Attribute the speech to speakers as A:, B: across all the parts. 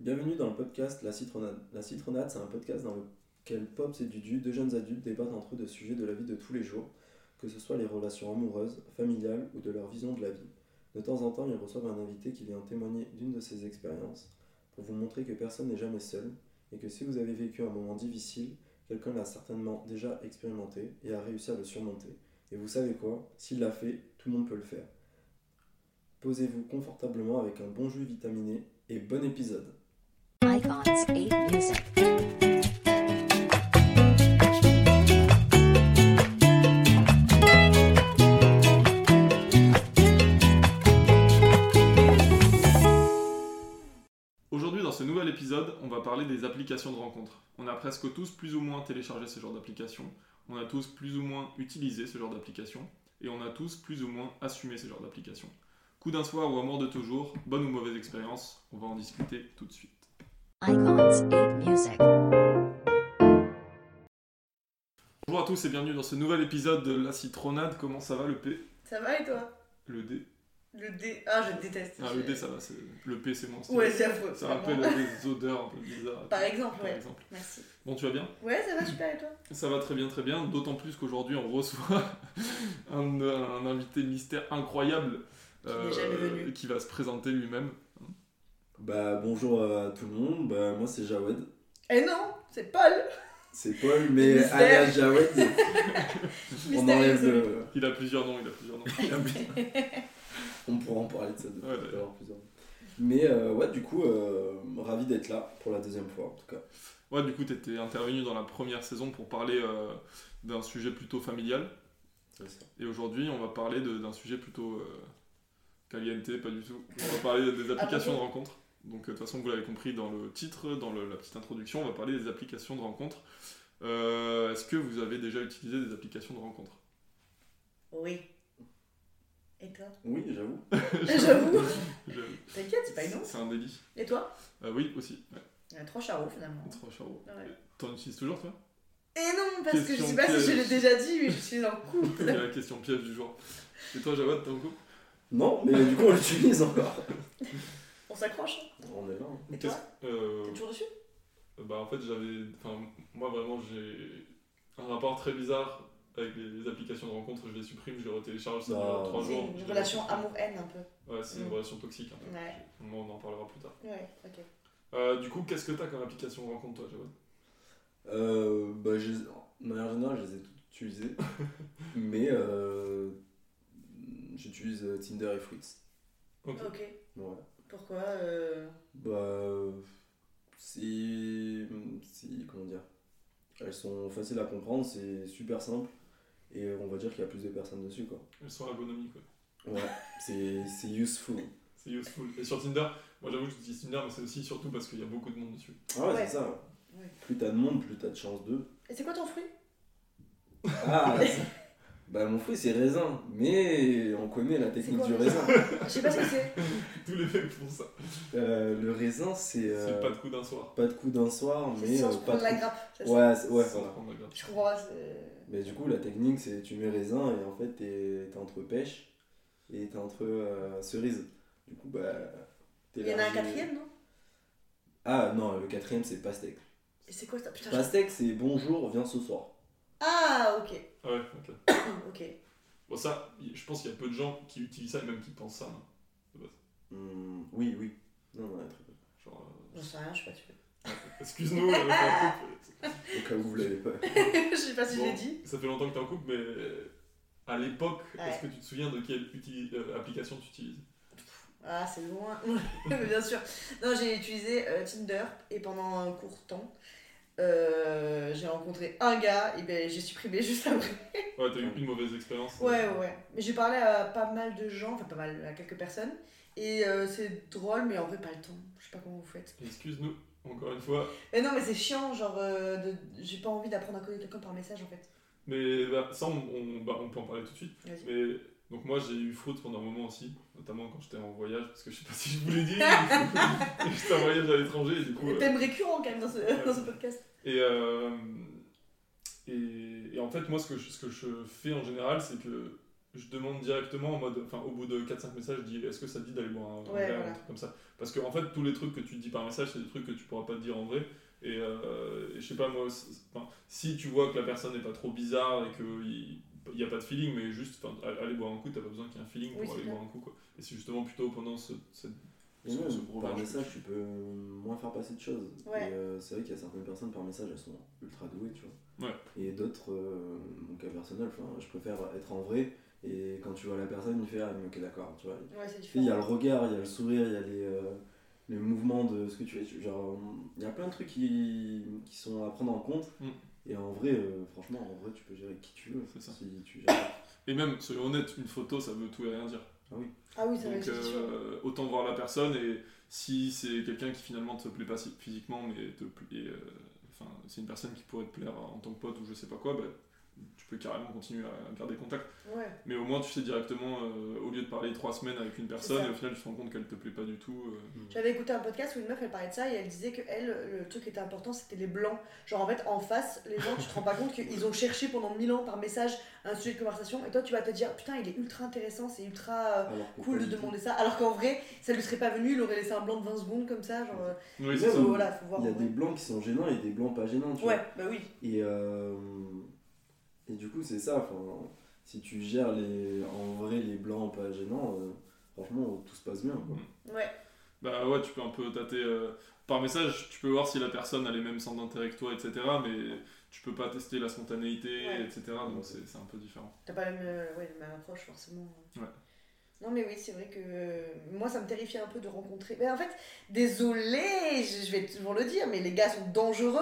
A: Bienvenue dans le podcast La Citronade. La Citronade, c'est un podcast dans lequel Pops et Dudu, deux jeunes adultes, débattent entre eux de sujets de la vie de tous les jours, que ce soit les relations amoureuses, familiales ou de leur vision de la vie. De temps en temps, ils reçoivent un invité qui vient témoigner d'une de ses expériences pour vous montrer que personne n'est jamais seul et que si vous avez vécu un moment difficile, quelqu'un l'a certainement déjà expérimenté et a réussi à le surmonter. Et vous savez quoi S'il l'a fait, tout le monde peut le faire. Posez-vous confortablement avec un bon jus vitaminé et bon épisode.
B: Icons 8 Music.
C: Aujourd'hui, dans ce nouvel épisode, on va parler des applications de rencontres. On a presque tous plus ou moins téléchargé ce genre d'application, on a tous plus ou moins utilisé ce genre d'application, et on a tous plus ou moins assumé ce genre d'application. Coup d'un soir ou amour de toujours, bonne ou mauvaise expérience, on va en discuter tout de suite.
B: Icons 8 Music.
C: Bonjour à tous et bienvenue dans ce nouvel épisode de La Citronade. Comment ça va le P
D: Ça va et toi
C: Le D
D: Le D. Ah, je déteste.
C: Ah,
D: Je-
C: le D ça va, c'est... le P c'est mon style.
D: Ouais, c'est affreux.
C: ça
D: vraiment.
C: rappelle des odeurs un peu bizarres.
D: Par exemple,
C: Par
D: ouais.
C: exemple.
D: Merci.
C: Bon, tu vas bien
D: Ouais, ça va super et toi
C: Ça va très bien, très bien. D'autant plus qu'aujourd'hui, on reçoit un, un invité mystère incroyable euh,
D: Qui n'est jamais venu.
C: qui va se présenter lui-même.
A: Bah bonjour à tout le monde, bah moi c'est Jawed.
D: Eh non, c'est Paul
A: C'est Paul, mais
D: Mystère.
A: alias Jawed, on
D: Mystérieux.
A: enlève le...
C: Il a plusieurs noms, il a plusieurs noms.
A: On pourra en parler de ça de
C: Ouais,
A: tout à
C: ouais.
A: l'heure, plus tard. Mais euh, ouais, du coup, euh, ravi d'être là pour la deuxième fois en tout cas.
C: Ouais, du coup, tu étais intervenu dans la première saison pour parler euh, d'un sujet plutôt familial.
A: C'est ça.
C: Et aujourd'hui, on va parler de- d'un sujet plutôt euh, caliente, pas du tout. On va parler
D: Ah,
C: des applications de rencontres. Donc, euh, de toute façon, vous l'avez compris dans le titre, dans le- la petite introduction, on va parler des applications de rencontres. Euh, Est-ce que vous avez déjà utilisé des applications de rencontres
D: Oui. Et toi
A: Oui, j'avoue.
D: J'avoue.
C: Je-
D: T'inquiète, c'est pas une honte.
C: C'est un délit.
D: Et toi
C: Euh, oui, aussi. Ouais,
D: Il y en a trois charros finalement.
C: trois charros.
D: Ah Ouais.
C: T'en utilises toujours, toi
D: Et non, parce que je
C: Question
D: sais pas si je
C: piège.
D: l'ai déjà dit, mais je suis en couple.
C: C'est la question piège du jour. Et toi, Jawad, t'es en couple
A: Non, mais du coup, on l'utilise encore.
D: On s'accroche
A: On est là. hein.
D: Et toi
C: Qu'est-ce- euh,
D: T'es toujours dessus
C: Bah, en fait, j'avais. Enfin, moi, vraiment, j'ai un rapport très bizarre avec les, les applications de rencontre. Je les supprime, je les retélécharge, ça
A: Non.
C: dure trois
D: C'est
C: jours. je
D: une
C: les
D: relation
C: reprends.
D: amour-haine un peu.
C: Ouais, c'est une
D: Mm.
C: relation toxique. un peu.
D: Ouais.
C: Moi, on en parlera plus tard.
D: Ouais, ok.
C: Euh, du coup, qu'est-ce que t'as comme application de rencontre, toi, Jawad
A: Euh, bah, je les- de manière générale, je les ai toutes utilisées. mais euh, j'utilise euh, Tinder et Fruits.
C: Ok.
D: Ok.
A: Voilà.
D: Pourquoi euh...
A: Bah, si, si, comment dire, elles sont faciles à comprendre, c'est super simple, et on va dire qu'il y a plus de personnes dessus, quoi.
C: Elles sont ergonomiques, quoi.
A: Ouais, c'est c'est useful.
C: C'est useful. Et sur Tinder, moi, j'avoue, je dis Tinder, mais c'est aussi surtout parce qu'il y a beaucoup de monde dessus.
A: Ah ouais,
D: Ouais.
A: c'est ça.
D: Ouais.
A: Plus t'as de monde, plus t'as de chance d'eux.
D: Et c'est quoi ton fruit
A: Ah, c'est- bah mon fruit c'est raisin, mais on connaît la technique
D: quoi,
A: du
D: le
A: raisin.
D: Je sais pas ce que c'est.
C: Tous les mecs font ça.
A: Euh, le raisin c'est euh,
C: C'est pas de coup d'un soir.
A: pas de coup d'un soir, mais
D: C'est sans
A: euh,
D: se
A: pas
D: prendre
A: de
D: la
A: coup-
D: grappe. c'est ça
A: Ouais, c'est- ouais,
C: Sans
A: voilà.
C: prendre la grappe.
D: Je comprends pas. c'est-
A: Mais du coup, la technique, c'est tu mets raisin et en fait, t'es t'es entre pêche et t'es entre euh, cerise. Du coup, bah.
D: Il y en a un
A: t'élargis-
D: quatrième, non
A: Ah non, le quatrième, c'est pastèque.
D: Et Bah, c'est quoi ça Putain, je-
A: Pastèque, c'est bonjour, viens ce soir.
D: Ah, ok.
C: Ah ouais, ok.
D: ok.
C: Bon, ça, y- je pense qu'il y a peu de gens qui utilisent ça et même qui pensent ça. hein.
A: Hmm, oui, oui. Non, non, un truc.
C: Genre, euh,
D: J'en sais rien, je sais pas, tu peux.
C: excuse-nous, euh, t'es en couple.
A: Au cas où vous l'avez pas.
D: je sais pas si je l'ai
C: Bon.
D: dit.
C: ça fait longtemps que t'es en couple, mais euh, à l'époque,
D: Ouais.
C: est-ce que tu te souviens de quelle uti- euh, application tu utilises
D: Ah, c'est loin. Mais Bien sûr. Non, j'ai utilisé euh, Tinder et pendant un court temps, euh, j'ai rencontré un gars et ben, j'ai supprimé juste après.
C: Ouais, t'as eu une mauvaise expérience.
D: Ouais, ouais, ouais. Mais j'ai parlé à pas mal de gens, enfin pas mal, à quelques personnes. Et euh, c'est drôle, mais en vrai, pas le temps. Je sais pas comment vous faites.
C: Excuse-nous, encore une fois.
D: Mais non, mais c'est chiant, genre, euh, de... j'ai pas envie d'apprendre à connaître quelqu'un par message en fait.
C: Mais bah, ça, on, on- bah, on peut en parler tout de suite.
D: Vas-y.
C: Mais donc moi j'ai eu faute pendant un moment aussi, notamment quand j'étais en voyage, parce que je sais pas si je vous l'ai dit, mais j'étais en voyage à l'étranger et du coup... euh,
D: Thème récurrent hein, quand même dans ce, dans ce podcast.
C: Et, euh, et, et en fait, moi, ce que je, ce que je fais en général, c'est que je demande directement en mode, enfin, au bout de 4-5 messages, je dis est-ce que ça te dit d'aller boire un, un
D: Ouais,
C: verre,
D: voilà.
C: un truc comme ça. Parce que en fait, tous les trucs que tu dis par message, c'est des trucs que tu pourras pas te dire en vrai. Et, euh, et je sais pas, moi, c'est- c'est- enfin, si tu vois que la personne n'est pas trop bizarre et qu'il n'y a pas de feeling, mais juste enfin, a- aller boire un coup, t'as pas besoin qu'il y ait un feeling pour
D: Oui, c'est
C: aller
D: clair.
C: boire un coup. Quoi. Et c'est justement plutôt pendant ce, cette-
A: Et
C: ce-
A: même,
C: ce
A: par
C: breuvage que
A: message,
C: tu-
A: tu peux moins faire passer de choses.
D: Ouais.
A: Et, euh, c'est vrai qu'il y a certaines personnes par message, elles sont ultra douées, tu vois.
C: Ouais.
A: Et d'autres, euh, mon cas personnel, enfin, je préfère être en vrai. Et quand tu vois la personne, il fait Ah, mais ok, d'accord, tu vois.
D: Ouais, c'est
A: Tu sais, Il y a
D: différent.
A: le regard, il y a le sourire, il y a les, euh, les mouvements de ce que tu fais. Genre, il y a plein de trucs qui, qui sont à prendre en compte.
C: Mm.
A: Et en vrai, euh, franchement, en vrai, tu peux gérer qui tu veux.
C: C'est ça.
A: Si tu gères.
C: Et même, soyons honnêtes, une photo, ça veut tout et rien dire.
D: Ah oui, ça va
C: Donc
D: être sûr.
C: euh, autant voir la personne et si c'est quelqu'un qui finalement te plaît pas si- physiquement mais te pla- et, euh, enfin c'est une personne qui pourrait te plaire en tant que pote ou je sais pas quoi, bah, tu peux carrément continuer à garder contact.
A: euh,
D: Ouais.
C: Mais au moins tu sais directement euh, au lieu de parler trois semaines avec une personne
D: ça.
C: et au final tu te rends compte qu'elle te plaît pas du tout. euh,
D: J'avais écouté un podcast où une meuf elle parlait de ça et elle disait que elle le truc qui était important c'était les blancs. Genre en fait en face les gens tu te rends pas compte qu'ils ont cherché pendant mille ans par message un sujet de conversation et toi tu vas te dire putain il est ultra intéressant c'est ultra euh,
A: Alors que
D: cool
A: pas
D: de
A: du tout.
D: demander ça alors qu'en vrai ça lui serait pas venu il aurait laissé un blanc de 20 secondes comme ça genre euh,
C: Oui,
A: Ouais,
C: c'est ça.
D: faut- voilà faut voir.
A: Il y a
D: en vrai.
A: des blancs qui sont gênants et des blancs pas gênants, tu
D: Ouais
A: vois.
D: bah oui
A: Et, euh, et du coup, c'est ça. enfin, Si tu gères les, en vrai les blancs pas gênants, euh, franchement, tout se passe bien. quoi.
D: ouais
C: Bah ouais, tu peux un peu tâter. euh, par message, tu peux voir si la personne a les mêmes centres d'intérêt que toi, etc. Mais tu peux pas tester la spontanéité,
D: Ouais.
C: etc. Donc c'est c'est un peu différent.
D: t'as pas la même, euh, ouais, la même approche forcément.
C: Ouais.
D: Non mais oui c'est vrai que euh, moi ça me terrifie un peu de rencontrer. Mais en fait désolé je je vais toujours le dire mais les gars sont dangereux.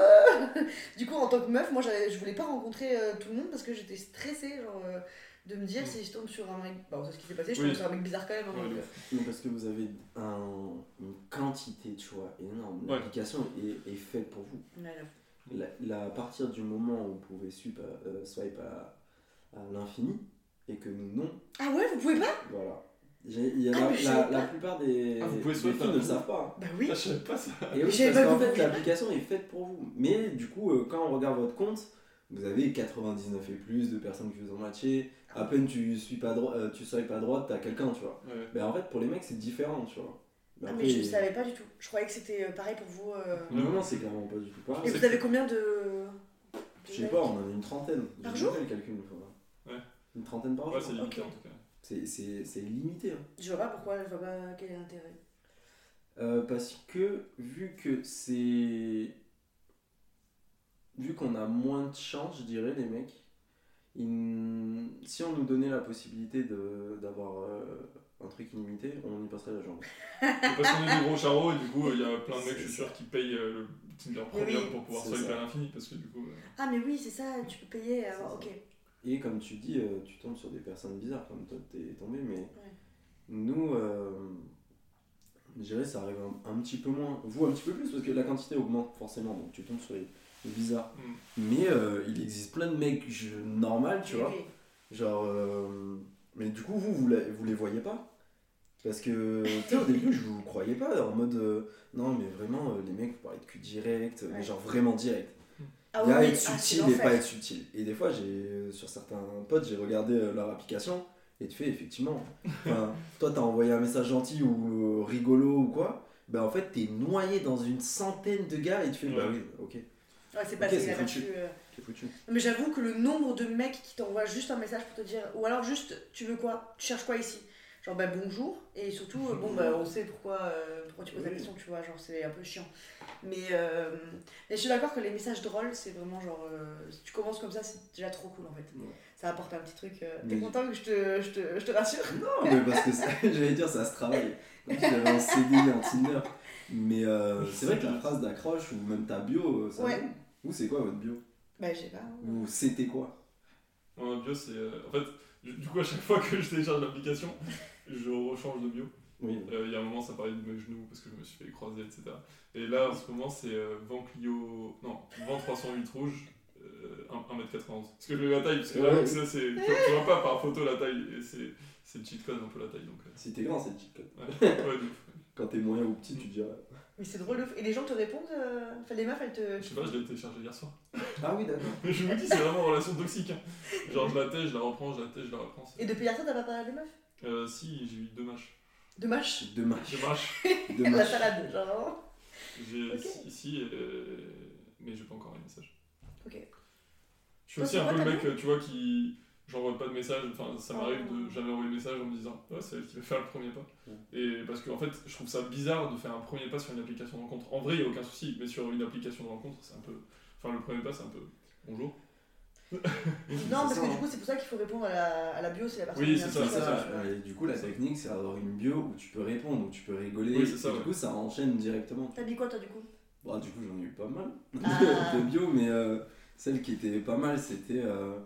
D: du coup en tant que meuf moi j'avais- je voulais pas rencontrer euh, tout le monde parce que j'étais stressée genre euh, de me dire
C: Mm.
D: si je tombe sur un mec. Bah c'est ce qui s'est passé je
C: Oui.
D: tombe sur un mec bizarre quand même. hein,
C: Ouais,
D: donc,
C: de
D: euh,
A: Non, parce que vous avez un- une quantité, tu vois, énorme.
C: Ouais.
A: L'application est, est faite pour vous.
D: ouais, non.
A: La, la- à partir du moment où vous pouvez swipe à, euh, swipe à, à l'infini, et que nous, non,
D: Ah ouais vous pouvez pas
A: voilà. J'ai- il y a
D: Ah,
A: la,
D: mais je
A: la-
D: savais
A: la plupart des,
C: Ah, vous pouvez
A: des
C: swipe à
A: filles ne le
C: l'infini.
A: savent pas. hein.
D: Bah oui.
C: Ah, je savais pas ça.
A: Et oui,
D: J'avais
A: parce
D: pas
A: qu'en fait,
D: compris.
A: l'application est faite pour vous. Mais du coup, euh, quand on regarde votre compte, vous avez 99 et plus de personnes qui vous ont matché. À peine tu suis pas droit, euh, tu swipes à droite, t'as quelqu'un, tu vois.
C: Ouais.
A: Mais en fait, pour les mecs, c'est différent, tu vois. Mais
C: Bah
D: Ah,
A: après,
D: mais je savais pas du tout. Je croyais que c'était euh, pareil pour vous. euh.
A: Non, non, c'est clairement pas du tout
D: Et
A: pareil.
C: c'est
D: vous
C: Mm. que-
D: avez combien de.
A: Je sais pas, on en a une trentaine.
D: Par
A: J'ai
D: jour
A: fait le calcul une fois.
C: Ouais.
A: Une trentaine par
C: Ouais,
A: jour.
C: c'est limité
D: Ok.
C: en tout cas.
A: C'est- c'est c'est limité. hein.
D: Je vois pas pourquoi, je vois pas quel est l'intérêt.
A: Euh, parce que, vu que c'est. Vu qu'on a moins de chance, je dirais, les mecs, ils- si on nous donnait la possibilité de- d'avoir euh, un truc illimité, on y passerait la jambe.
C: C'est Parce qu'on est des gros charros et du coup, il y a plein de mecs, je suis sûr, qui payent euh, le Tinder Premium
D: Oui,
C: pour pouvoir
A: c'est
C: swiper
A: ça.
C: à l'infini parce que du coup. euh,
D: Ah mais oui, c'est ça, tu peux payer. alors,
A: ça.
D: ok.
A: Et comme tu dis, euh, tu tombes sur des personnes bizarres, comme toi t'es tombé, mais nous, euh, je dirais, ça arrive un, un petit peu moins. Vous, un petit peu plus, parce que la quantité augmente forcément, donc tu tombes sur les, les bizarres.
C: Mm.
A: Mais euh, il existe plein de mecs je- normal, Ah, tu
D: Oui,
A: vois.
D: oui.
A: Genre. euh, Mais du coup, vous, vous, la- vous les voyez pas Parce que, tu sais, au début, je vous croyais pas, en mode. euh, non, mais vraiment, euh, les mecs, vous parlez de cul direct, euh, mais
D: Ouais.
A: genre vraiment direct.
D: Ah
A: Il y a
D: oui,
A: être
D: oui, ah, c'est
A: subtil et
D: l'enfer.
A: pas être subtil. Et des fois, j'ai euh, sur certains potes, j'ai regardé euh, leur application et tu fais effectivement. enfin, toi, t'as envoyé un message gentil ou euh, rigolo ou quoi. Ben en fait, t'es noyé dans une centaine de gars et tu fais bah oui, ok,
D: Ouais, c'est pas
A: Ok,
D: c'est
A: c'est
D: la
A: foutu.
D: vertu, euh.
A: t'es foutu.
D: Mais j'avoue que le nombre de mecs qui t'envoient juste un message pour te dire, ou alors juste, tu veux quoi Tu cherches quoi ici Genre, bah bonjour, et surtout, euh, bon, bah on sait pourquoi, euh, pourquoi tu poses la
A: Oui.
D: question, tu vois, genre c'est un peu chiant. Mais, euh, mais je suis d'accord que les messages drôles, c'est vraiment genre, euh, si tu commences comme ça, c'est déjà trop cool en fait.
A: Ouais.
D: Ça apporte un petit truc. euh, T'es
A: Mais-
D: content que je te, je te, je te rassure
A: Non, mais parce que ça- j'allais dire, ça se travaille. Comme si J'avais un CD, un Tinder. Mais euh, c'est vrai que la phrase d'accroche ou même ta bio, euh, ça
D: Ouais.
A: joue. Vous, c'est quoi votre bio
D: Bah, j'ai pas. hein.
A: Ou c'était quoi
C: Moi, ma bio, c'est. euh, en fait, du, du coup, à chaque fois que je télécharge l'application, je rechange de bio.
A: Oui,
C: Euh, Il y a un moment, ça parlait de mes genoux parce que je me suis fait croiser, etc. Et là, en ce moment, c'est euh, Van Clio. Non, Van 308 rouge. euh, 1 1m91. Parce que je mets la taille, parce que là,
A: Ouais.
C: avec ça, c'est. Tu, tu vois pas par photo la taille, et c'est c'est le cheat code un peu la taille donc.
A: si t'es grand, c'est le chic.
C: euh, ouais, ouais, de ouf.
A: Quand t'es moyen ou petit, tu te diras.
D: Mais c'est drôle. de ouf. Et les gens te répondent euh, Enfin, les meufs, elles te.
C: Je sais pas, je l'ai téléchargé hier soir.
A: Ah oui, d'accord.
C: Mais je vous dis, c'est vraiment une relation toxique. hein. Genre, je la tais, je la reprends, je la tais, je la reprends. c'est-
D: Et depuis hier soir, t'as pas parlé à des meufs
C: Euh, si, j'ai eu deux matchs.
D: De mâche
A: Deux matchs.
C: J'ai match.
A: Deux
D: La
A: matchs.
D: salade, genre hein. vraiment.
C: J'ai
D: Ok.
C: si, si, euh, mais j'ai pas encore un message.
D: Ok.
C: Je suis
D: Toi,
C: aussi
D: c'est
C: un peu
D: quoi
C: le
D: ta
C: mec, euh, tu vois, qui. J'envoie pas de message, enfin ça
D: Ah.
C: m'arrive de jamais envoyer de message en me disant ouais c'est elle qui va faire le premier pas.
A: Ouais.
C: Et parce que en fait je trouve ça bizarre de faire un premier pas sur une application de rencontre. En vrai il a aucun souci, mais sur une application de rencontre c'est un peu. Enfin le premier pas c'est un peu bonjour.
D: Non, parce
A: ça,
D: que du
A: hein.
D: coup, c'est pour ça qu'il faut répondre à la, à la bio, c'est la personne
C: Oui,
D: qui
C: c'est
D: a
A: C'est
D: un
A: ça.
C: ça,
D: truc, euh,
A: Et du coup, la technique, c'est d'avoir une bio où tu peux répondre, où tu peux rigoler.
C: Oui, c'est ça,
A: Et du
C: ouais.
A: coup, ça enchaîne directement.
D: T'as mis quoi, toi, du coup
A: Bah, du coup, j'en ai eu pas mal
D: Ah.
A: de bio, mais euh, celle qui était pas mal, c'était euh,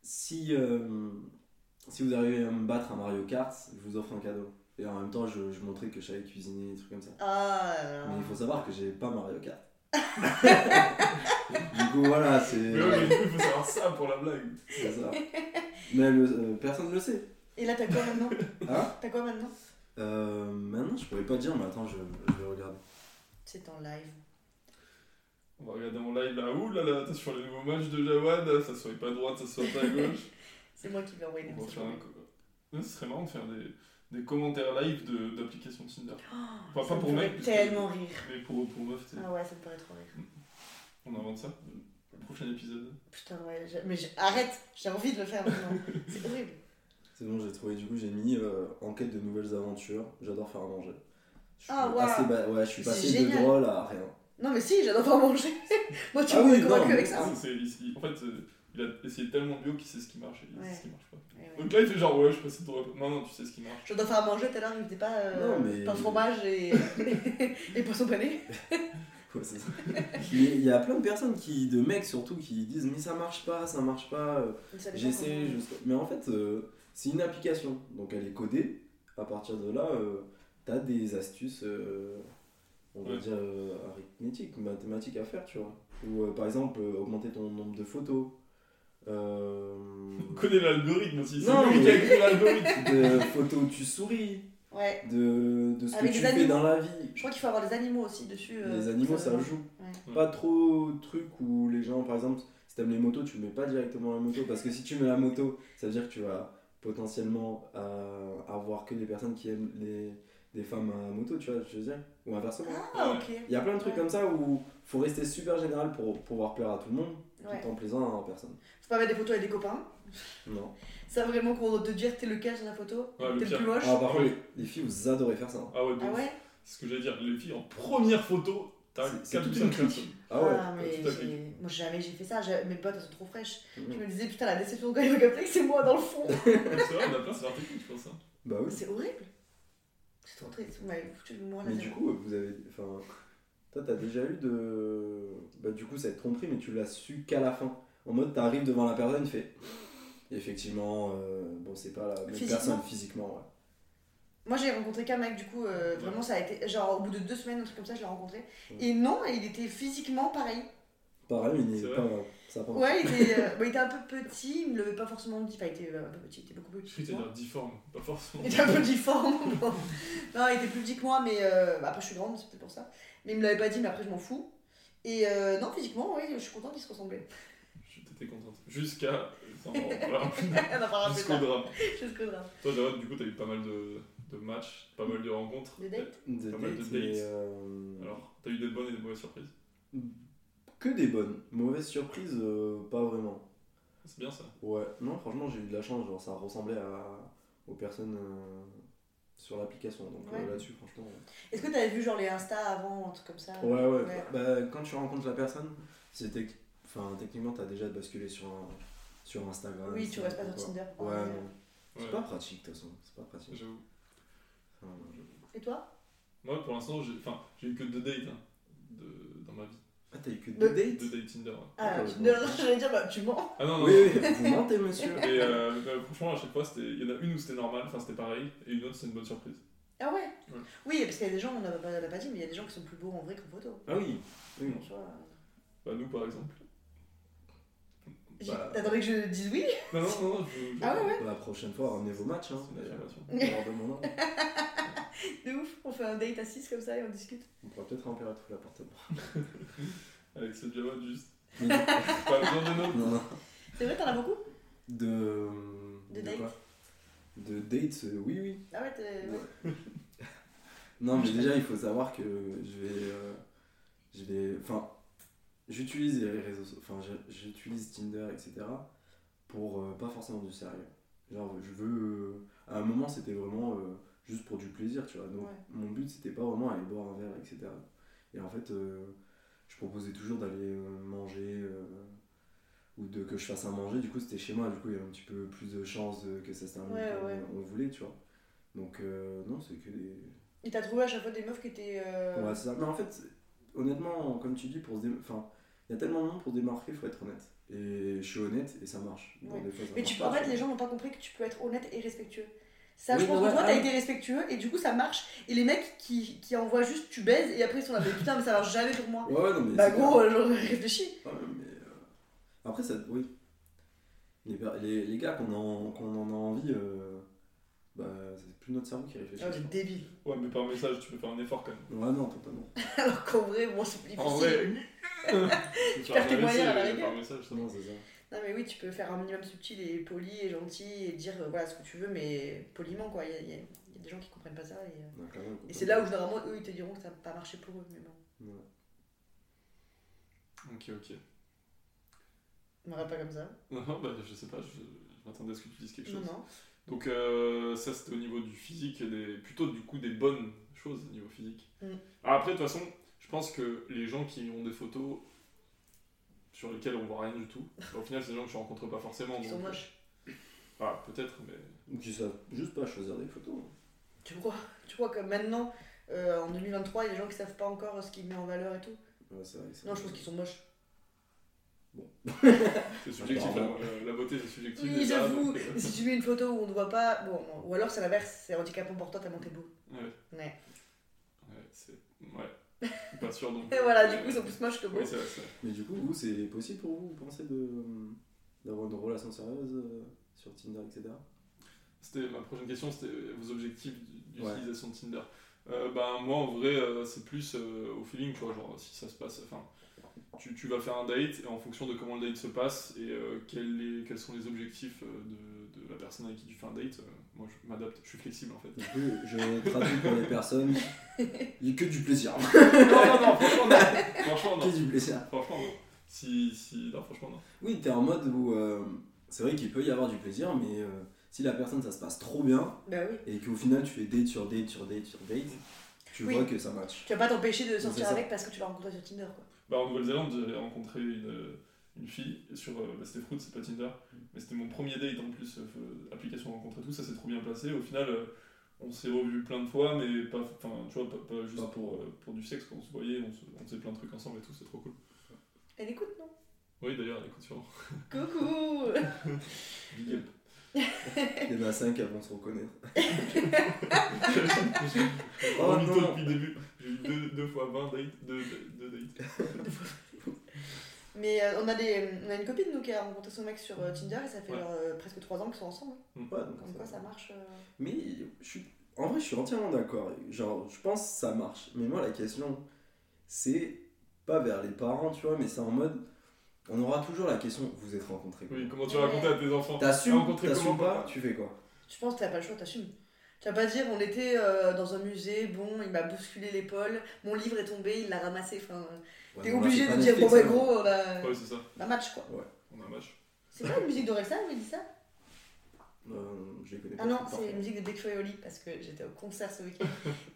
A: si, euh, si vous arrivez à me battre à Mario Kart, je vous offre un cadeau. Et en même temps, je, je montrais que je savais cuisiner, des trucs comme ça.
D: Ah là là.
A: Mais il faut savoir que j'ai pas Mario Kart. du coup, voilà, c'est
C: Mais ouais, mais du coup, il faut savoir ça pour la blague.
A: c'est ça. Mais le- euh, personne ne le sait.
D: Et là, t'as quoi maintenant
A: Hein
D: T'as quoi maintenant
A: Euh, maintenant, je pourrais pas dire, mais attends, je, je vais regarder.
D: C'est en live.
C: On va regarder en live là, ouh là là, t'es sur les nouveaux matchs de Jawad, ça soit pas à droite, ça soit pas à gauche.
D: C'est moi qui vais envoyer des
C: On va
D: messages.
C: faire un co- Ouais, Ce serait marrant de faire des, des commentaires live de- d'applications Tinder.
D: Oh,
C: pas
D: ça me
C: pour mec,
D: ferait
C: parce que-
D: tellement rire.
C: Mais pour, pour meuf, t'sais,
D: Ah ouais, ça me ferait trop rire.
C: on invente ça. Le prochain épisode.
D: Putain, ouais. j'ai- Mais j'ai- arrête, j'ai envie de le faire maintenant. c'est horrible.
A: C'est bon, j'ai trouvé. Du coup, j'ai mis euh, enquête de nouvelles aventures. J'adore faire à manger. Je suis
D: Ah, waouh.
A: assez ba- ouais, je suis
D: C'est
A: passé de
D: génial.
A: drôle à rien.
D: Non, mais si, j'adore pas manger. moi, tu
A: Ah
D: m'aurais
A: oui, non,
D: convaincu
A: mais-
D: avec ça.
A: Ah.
C: C'est- c'est- il- il- en fait, euh, il a essayé tellement de bio qu'il sait ce qui marche et il
D: Ouais.
C: sait ce qui marche pas.
D: Ouais, ouais.
C: Donc là, il fait genre, ouais, je passe de drôle. Non, non, tu sais ce qui marche.
D: Je dois faire à manger tout à l'heure, il me disait pas euh,
A: Non, mais-
D: pain fromage et, et poisson pané.
A: Ouais, c'est ça. Mais il y a plein de personnes, qui, de mecs surtout, qui disent Mais ça marche pas, ça marche pas. euh,
D: Mais ça dépend
A: J'essaie,
D: comment-
A: je sais- Mais en fait, euh, c'est une application. Donc elle est codée. À partir de là, euh, t'as des astuces, euh, on va
C: Ouais.
A: dire, euh, arithmétiques, mathématiques à faire, tu vois. Ou euh, par exemple, euh, augmenter ton nombre de photos. Euh,
C: On connaît l'algorithme aussi, c'est
A: Non,
C: lui qui a
A: mais-
C: créé l'algorithme.
A: de photos où tu souris.
D: Ouais.
A: de, de ce
D: Avec
A: que tu
D: des
A: fais
D: animaux.
A: dans la vie.
D: Je crois qu'il faut avoir des animaux aussi dessus. euh,
A: les animaux,
D: pour
A: ça
D: savoir.
A: joue.
C: Ouais.
A: Pas trop de trucs où les gens, par exemple, si t'aimes les motos, tu mets pas directement la moto. Parce que si tu mets la moto, ça veut dire que tu vas potentiellement euh, avoir que des personnes qui aiment les, des femmes à moto, tu vois, je veux dire. Ou inversement.
D: Ah, ok.
A: Il y a plein de trucs
D: Ouais.
A: comme ça où faut rester super général pour pouvoir plaire à tout le monde,
D: Ouais.
A: tout en plaisant à personne.
D: Faut pas mettre des photos avec des copains.
A: Non.
D: Ça vraiment qu'on doit te dire t'es le cas sur la photo,
C: Ouais, le
D: t'es le
C: pire.
D: plus moche.
A: Ah, par
C: Ah
A: contre,
C: oui.
A: les, les filles, vous adorez faire ça. hein.
C: Ah ouais, donc,
D: Ah ouais
C: c'est ce que j'allais dire. Les filles, en première photo, t'as
A: C'est- c'est
C: 4 ou
A: toute une
C: 5
A: clique.
C: personnes.
A: Ah ouais.
D: mais
C: tout à
D: j'ai- moi jamais j'ai fait ça, j'ai- mes bottes elles sont trop fraîches. Je
A: Mhm.
D: me disais putain la déception quand ils vont capter que c'est moi dans le fond.
C: C'est vrai, on a plein, c'est leur technique, je pense. hein.
A: Bah oui.
D: c'est horrible. C'est trop triste, vous m'avez foutu de moi là.
A: Mais du coup, vous avez. Enfin, toi, t'as déjà eu de. Bah, du coup, cette tromperie, mais tu l'as su qu'à la fin. En mode, t'arrives devant la personne, tu fais. Et effectivement, euh, bon, c'est pas la même
D: Physiquement
A: personne physiquement, ouais.
D: Moi j'ai rencontré qu'un mec du coup, euh,
C: Ouais.
D: vraiment ça a été, genre au bout de deux semaines, un truc comme ça, je l'ai rencontré.
A: Ouais.
D: Et non, il était physiquement pareil.
A: Pareil, mais il
C: C'est
A: est
C: vrai.
A: pas. Ça prend.
D: Ouais, il était, euh, bah, il était un peu petit, il me levait pas forcément dit, enfin il était euh, un peu petit, il était beaucoup plus
C: Je
D: petit.
C: suis
D: que moi.
C: dire difforme, pas forcément.
D: Il était un peu difforme. bon. non, il était plus petit que moi, mais euh, bah, après je suis grande, c'est peut-être pour ça. Mais il me l'avait pas dit, mais après je m'en fous. Et euh, non, physiquement, oui, je suis contente qu'ils se ressemblaient.
C: Je- T'étais contente. Jusqu'à. Non, voilà.
D: On en parlera plus
C: Jusqu'au
D: tard.
C: drame.
D: Jusqu'au drame.
C: Toi, Jared, du coup, t'as eu pas mal de, de matchs, pas mal de rencontres.
D: Des dates
A: De
C: Pas mal de
A: dates,
C: dates.
A: mais, euh,
C: Alors, t'as eu des bonnes et des mauvaises surprises.
A: Que des bonnes. Mauvaise surprise, euh, pas vraiment.
C: C'est bien ça.
A: Ouais. Non, franchement, j'ai eu de la chance. Genre, ça ressemblait à... aux personnes euh, sur l'application. Donc euh,
D: Ouais.
A: là-dessus, franchement. ouais.
D: Est-ce que t'avais vu genre les Insta avant, un truc comme ça
A: Ouais, ouais.
D: Ouais.
A: Bah, quand tu rencontres la personne, c'est tec- enfin, techniquement, t'as déjà basculé sur, un... sur Instagram.
D: Oui, tu
A: sur
D: restes pas sur
A: n'importe
D: Tinder.
A: quoi. Ouais, non.
C: Ouais,
A: C'est pas pratique, de toute façon. C'est pas pratique.
C: j'avoue.
A: Enfin,
D: Et toi
C: Moi, pour l'instant, j'ai enfin, j'ai eu que deux dates hein, de- dans ma vie.
A: Ah, t'as eu que
D: Le-
A: deux dates
C: Deux dates Tinder. ouais.
D: Ah,
A: Ouais,
D: tu
A: ouais.
D: ne- j'allais dire, bah, tu mens.
C: Ah non, non,
A: Oui,
C: non.
A: oui, vous mentez, monsieur.
C: Et euh, bah, franchement, à chaque fois, c'était- il y en a une où c'était normal, enfin c'était pareil, et une autre, c'est une bonne surprise.
D: Ah ouais
C: Ouais.
D: Oui, parce qu'il y a des gens, on n'a pas, on n'a pas dit, mais il y a des gens qui sont plus beaux en vrai qu'en photo. euh,
A: Ah oui. oui.
D: Tu vois.
C: Bah, nous, par exemple.
D: J'ai-
A: Bah.
D: T'attendais que je dise oui
C: Non, non, non, non, je. je-
D: Ah ouais, ouais.
A: Bah, La prochaine fois, ramenez vos matchs. Hein.
C: C'est une affirmation.
A: Et, euh, leur demandant.
D: De ouf, on fait un date à 6 comme ça et on discute.
A: On pourrait peut-être remplir tout l'appartement.
C: Avec ce Java juste.
A: non,
C: Pas besoin de nom.
A: non.
D: C'est vrai, t'en as beaucoup
A: De.
D: De date
A: quoi De date, euh, oui, oui.
D: Ah ouais, t'es- ouais.
A: Non, mais déjà, il faut savoir que je vais. euh, je vais. Enfin, j'utilise les réseaux so- Enfin, je- j'utilise Tinder, etc. pour euh, pas forcément du sérieux. Genre, je veux. euh, à un moment, c'était vraiment euh, juste pour du plaisir, tu vois. Donc,
D: Ouais.
A: mon but, c'était pas vraiment aller boire un verre, etc. Et en fait, euh, je proposais toujours d'aller euh, manger. euh, ou de, que je fasse à manger, du coup c'était chez moi, du coup il y avait un petit peu plus de chances euh, que ça se termine
D: Ouais,
A: comme
D: ouais.
A: on voulait, tu vois. Donc euh, non, c'est que des,
D: Et t'as trouvé à chaque fois des meufs qui étaient. euh,
A: Ouais, c'est ça. Mais en fait, honnêtement, comme tu dis, pour se dé- enfin, il y a tellement de monde pour se démarquer, faut être honnête. Et je suis honnête et ça marche. Bon,
D: Ouais.
A: des fois, ça
D: Mais
A: marche
D: tu
A: pas,
D: en fait,
A: tu
D: les
A: vois.
D: gens n'ont pas compris que tu peux être honnête et respectueux. Ça, je
A: Oui,
D: pense
A: ouais,
D: que toi,
A: ah
D: t'as
A: oui.
D: été respectueux et du coup, ça marche. Et les mecs qui, qui envoient juste tu baises et après ils sont là, mais putain, mais ça marche jamais pour moi.
A: Ouais, ouais, non, mais.
D: Bah
A: c'est
D: gros,
A: clair.
D: euh, genre, réfléchis.
A: Ouais, mais, euh, Après, ça. Oui. Les, per- les, les gars qu'on en, qu'on en a envie, euh, bah, c'est plus notre cerveau qui réfléchit.
D: Ah, vous êtes débile.
C: Ouais, mais par message, tu peux faire un effort quand même.
A: Ouais, non, totalement.
D: Alors qu'en vrai, moi, c'est difficile.
C: En vrai.
D: Tu perds tes moyens à la rigueur.
C: euh, Par message, ça va.
A: Non, c'est ça.
D: Non, mais oui, tu peux faire un minimum subtil et poli et gentil et dire euh, voilà ce que tu veux, mais poliment quoi. Il y a, il y a- il y a des gens qui comprennent pas ça et, euh,
A: Ouais, clairement,
D: et c'est là où généralement eux ils te diront que ça n'a pas marché pour eux. Mais bon,
A: Ouais.
C: Ok, ok.
D: on m'arrête pas comme ça.
C: Non, non, bah, je sais pas, je, je m'attendais à ce que tu dises quelque
D: Non,
C: chose.
D: non.
C: Donc, euh, ça c'était au niveau du physique, et des, plutôt du coup des bonnes choses au niveau physique.
D: Mm.
C: Ah, après, de toute façon, je pense que les gens qui ont des photos sur lesquelles on voit rien du tout, bah, au final, c'est des gens que je rencontre pas forcément.
D: Ils sont
C: donc, euh,
D: moches.
C: Ah, peut-être, mais.
A: Ou qui savent juste pas choisir des photos. hein.
D: Tu crois, tu crois que maintenant, euh, en 2023, il y a des gens qui savent pas encore ce qu'ils mettent en valeur et tout
A: Ouais, c'est vrai. c'est
D: Non,
A: vrai.
D: je pense qu'ils sont moches.
C: C'est subjectif,
A: Apparemment.
C: la, la beauté c'est subjectif.
D: Oui,
C: déjà,
D: j'avoue.
C: donc, euh,
D: Mais si tu mets une photo où on ne voit pas, bon, ou alors c'est l'inverse, c'est handicapant pour toi tellement t'es beau.
C: Ouais.
D: Ouais.
C: Ouais, c'est. Ouais. Pas sûr donc. euh,
D: Et voilà, du coup, ils sont plus moches que beaux.
C: Oui, c'est vrai, c'est vrai.
A: Mais du coup, vous, c'est possible pour vous, vous pensez de- euh, d'avoir une relation sérieuse euh, sur Tinder, etc.
C: C'était ma prochaine question, c'était vos objectifs d-
A: Ouais.
C: d'utilisation de Tinder. Euh, ben, moi en vrai euh, c'est plus euh, au feeling tu vois genre si ça se passe enfin tu, tu vas faire un date et en fonction de comment le date se passe et euh, quel est- quels sont les objectifs euh, de, de la personne avec qui tu fais un date euh, moi je m'adapte je suis flexible en fait
A: Du coup, je traduis pour les personnes. Il n'y a que du plaisir.
C: non non non franchement non franchement non
A: Que du plaisir.
C: franchement non si si non franchement non
A: Oui, t'es en mode où euh, c'est vrai qu'il peut y avoir du plaisir, mais euh, si la personne ça se passe trop bien
D: Bah oui.
A: et qu'au final tu fais date sur date sur date sur date, tu
D: Oui.
A: vois que ça match.
D: Tu vas pas t'empêcher de
A: c'est
D: sortir
A: ça.
D: avec parce que tu l'as rencontré sur Tinder, quoi.
C: Bah, en Nouvelle-Zélande, j'avais rencontré une, euh, une fille sur. euh, bah, c'était Fruit, c'est pas Tinder.
A: Mm.
C: Mais c'était mon premier date en plus, euh, f- application rencontre et tout, ça s'est trop bien passé. Au final, euh, on s'est revu plein de fois, mais pas, enfin, tu vois, pas, pas juste
A: Pas
C: pour, euh, pour du sexe, quoi. on se voyait, on, se, on faisait plein de trucs ensemble et tout, c'est trop cool.
D: Elle écoute, non
C: Oui, d'ailleurs, écoute, sûrement.
D: Coucou
C: Big up.
A: Il y en a 5 avant de se reconnaître.
C: J'ai
A: Oh,
C: envie de
A: non.
C: toi depuis le début. J'ai eu deux, deux fois 20 dates, deux, deux dates.
D: Mais euh, on, a des, on a une copine, nous, qui a rencontré son mec sur euh, Tinder et ça fait
C: Ouais.
D: genre, euh, presque 3 ans qu'ils sont ensemble.
A: Ouais, donc
D: Comme
A: ça
D: quoi,
A: va.
D: ça marche. euh.
A: Mais je suis... en vrai, je suis entièrement d'accord. Genre, je pense que ça marche. Mais moi, la question, c'est pas vers les parents, tu vois, mais c'est en mode. On aura toujours la question vous êtes rencontrés.
C: Oui, comment tu racontes à tes enfants
A: T'assumes,
C: rencontré
A: t'assumes
C: comment,
A: pas,
C: papa
A: tu fais quoi
D: Je pense que t'as pas le choix, t'assumes. Tu vas pas dire, on était euh, dans un musée, bon, il m'a bousculé l'épaule, mon livre est tombé, il l'a ramassé. Enfin,
A: Ouais,
D: t'es
A: non, là,
D: obligé
A: c'est pas
D: de dire, bon,
A: Netflix,
D: bah
A: hein.
D: gros, on a,
C: Ouais, c'est ça,
D: on a match quoi.
C: on a un match.
D: C'est pas une musique d'Orelsan où il dit ça
A: Euh, je les connais pas.
D: Ah non,
A: parfait.
D: c'est une musique de Big Flo et Oli, parce que j'étais au concert ce week-end.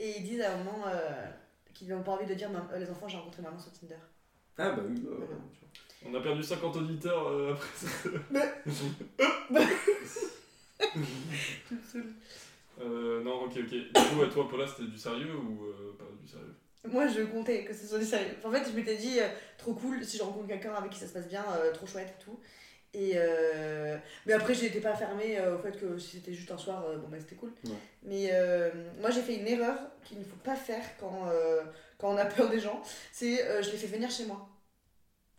D: et ils disent à un moment euh, qu'ils n'ont pas envie de dire, Maman- euh, les enfants, j'ai rencontré maman sur Tinder.
A: Ah bah oui, bah, ouais,
D: Voilà.
A: tu vois.
C: On a perdu 50 auditeurs euh, après ça.
D: Tu me saoules.
C: Euh, non, ok, ok. Du coup, à toi, Paula, c'était du sérieux ou euh, pas du sérieux
D: Moi, je comptais que ce soit du sérieux. En fait, je m'étais dit, euh, trop cool, si je rencontre quelqu'un avec qui ça se passe bien, euh, trop chouette et tout. Et euh, Mais après, j'étais pas fermée euh, au fait que si c'était juste un soir, euh, bon, bah, c'était cool.
A: Ouais.
D: Mais euh, moi, j'ai fait une erreur qu'il ne faut pas faire quand, euh, quand on a peur des gens. C'est, euh, je les fais venir chez moi.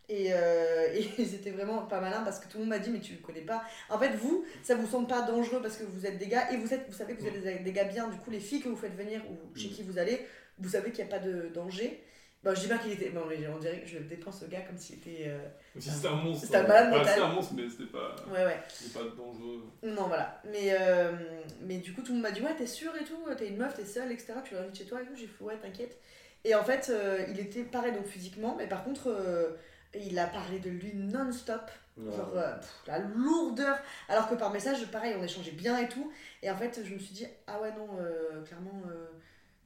D: Et, euh, et ils étaient vraiment pas malins parce que tout le monde m'a dit mais tu le connais pas. En fait vous, ça vous semble pas dangereux parce que vous êtes des gars et vous êtes, vous savez que vous êtes des- des gars bien. Du coup les filles que vous faites venir ou chez
A: Mm.
D: qui vous allez, vous savez qu'il n'y a pas de danger. Bon, je dis pas qu'il était. Bon, mais on dirait que je dépeins ce gars comme s'il était. euh,
C: C'était un monstre.
D: C'était un malade
C: Enfin,
D: mental.
C: c'était un monstre, mais c'était pas,
D: Ouais, ouais.
C: c'était pas dangereux.
D: Non, voilà. Mais, euh, mais du coup, tout le monde m'a dit Ouais, t'es sûre et tout, t'es une meuf, t'es seule, etc. Tu l'invites chez toi et tout. J'ai fait Ouais, t'inquiète. Et en fait, euh, il était pareil donc physiquement, mais par contre, euh, il a parlé de lui non-stop. Genre, euh, pff, la lourdeur. Alors que par message, pareil, on échangeait bien et tout. Et en fait, je me suis dit Ah ouais, non, euh, clairement. euh,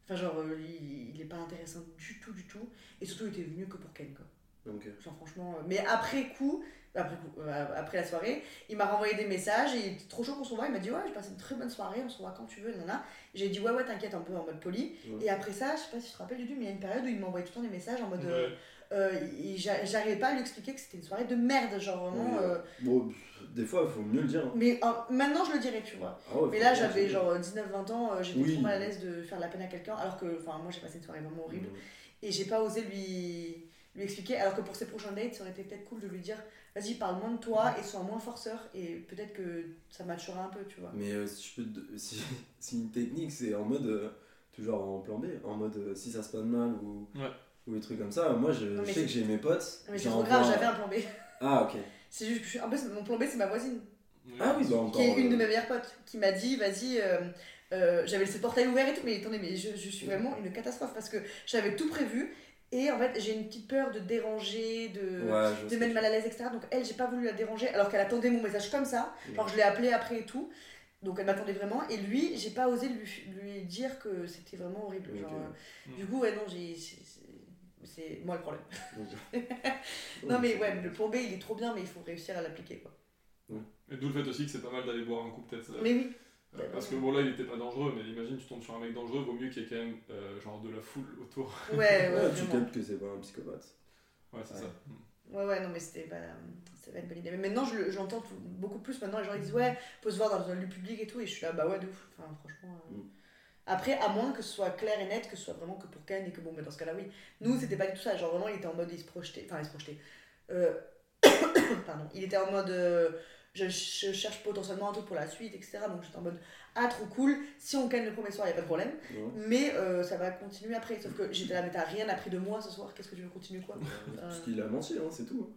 D: Enfin, genre, euh, il, il est pas intéressant du tout, du tout. Et surtout, il était venu que pour Ken, quoi.
A: Donc, euh,
D: Genre franchement, euh, mais après coup, après, coup, euh, après la soirée, il m'a renvoyé des messages et il était trop chaud qu'on se voit. Il m'a dit ouais, j'ai passé une très bonne soirée, on se voit quand tu veux, nana. J'ai dit ouais, ouais, t'inquiète un peu en mode poli.
A: Ouais.
D: Et après ça, je sais pas si tu te rappelles du tout, mais il y a une période où il m'envoyait tout le temps des messages en mode. euh,
C: Ouais.
D: euh, il- il- j'a- J'arrivais pas à lui expliquer que c'était une soirée de merde, genre vraiment.
A: Oui, ouais.
D: euh,
A: bon, pff, des fois, il faut mieux le dire. hein.
D: mais euh, maintenant je le dirais, tu vois.
A: Ah ouais,
D: Mais
A: faut
D: là
A: mieux le
D: j'avais
A: dire.
D: genre 19-20 ans, euh, j'étais
A: Oui.
D: trop mal à l'aise de faire de la peine à quelqu'un, alors que enfin moi j'ai passé une soirée vraiment horrible et j'ai pas osé lui, lui expliquer. Alors que pour ses prochains dates, ça aurait été peut-être cool de lui dire vas-y, parle moins de toi et sois moins forceur et peut-être que ça maturera un peu, tu vois.
A: Mais euh, si je peux te- si, si une technique, c'est en mode euh, toujours en plan B, en mode euh, si ça se passe mal ou
C: Ouais.
A: ou des trucs comme ça. Moi, je,
D: mais
A: je
D: c'est-
A: sais que j'ai mes potes.
D: Mais c'est trop
A: j'envoie-
D: grave, j'avais un plan B.
A: Ah ok.
D: C'est juste que je suis. En plus, mon plan B, c'est ma voisine,
A: Ah oui, bah encore.
D: qui est une de
A: euh,
D: mes meilleures potes, qui m'a dit vas-y. euh, euh, j'avais laissé le portail ouvert et tout, mais attendez, mais je, je suis vraiment une catastrophe parce que j'avais tout prévu et en fait j'ai une petite peur de déranger, de,
A: ouais, je
D: Euh, de
A: sais.
D: mettre mal à l'aise, etc. Donc elle, j'ai pas voulu la déranger alors qu'elle attendait mon message comme ça. Genre je l'ai appelé après et tout. Donc elle m'attendait vraiment. Et lui, j'ai pas osé lui, lui dire que c'était vraiment horrible.
A: Ok.
D: Genre, euh,
C: Mm.
D: Du coup, ouais, non, j'ai. c'est- c'est- C'est moi le problème.
A: Donc-
D: Non, mais ouais, le plan B, il est trop bien, mais il faut réussir à l'appliquer. quoi.
C: Et d'où le fait aussi que c'est pas mal d'aller boire un coup, peut-être. ça-
D: Mais oui,
C: Euh, parce que bon, là, il était pas dangereux, mais imagine, tu tombes sur un mec dangereux, vaut mieux qu'il y ait quand même euh, genre de la foule autour.
D: ouais, ouais,
A: Ouais, tu
D: vraiment.
A: captes que c'est pas un psychopathe.
C: Ouais, c'est
A: Ouais.
C: ça.
D: Ouais, ouais, non, mais c'était pas, c'était pas une bonne idée. Mais maintenant, je le- je l'entends tout- beaucoup plus. Maintenant, les gens ils disent, ouais, faut se voir dans un lieu public et tout. Et je suis là, bah ouais, de ouf. Enfin, franchement. euh.
A: Mm.
D: Après, à moins que ce soit clair et net, que ce soit vraiment que pour Ken et que bon, mais dans ce cas-là, oui. Nous, c'était pas du tout ça. Genre, vraiment, il était en mode, il se projetait. Enfin, il se projetait. Euh, Pardon. Il était en mode. euh, Je, je cherche potentiellement un truc pour la suite, etc. Donc j'étais en mode Ah, trop cool. Si on canne le premier soir, il a pas de problème.
A: Ouais.
D: Mais euh, ça va continuer après. Sauf que j'étais là, mais t'as rien appris de moi ce soir. Qu'est-ce que tu veux continuer quoi
A: Parce qu'il a menti, hein, c'est tout. hein.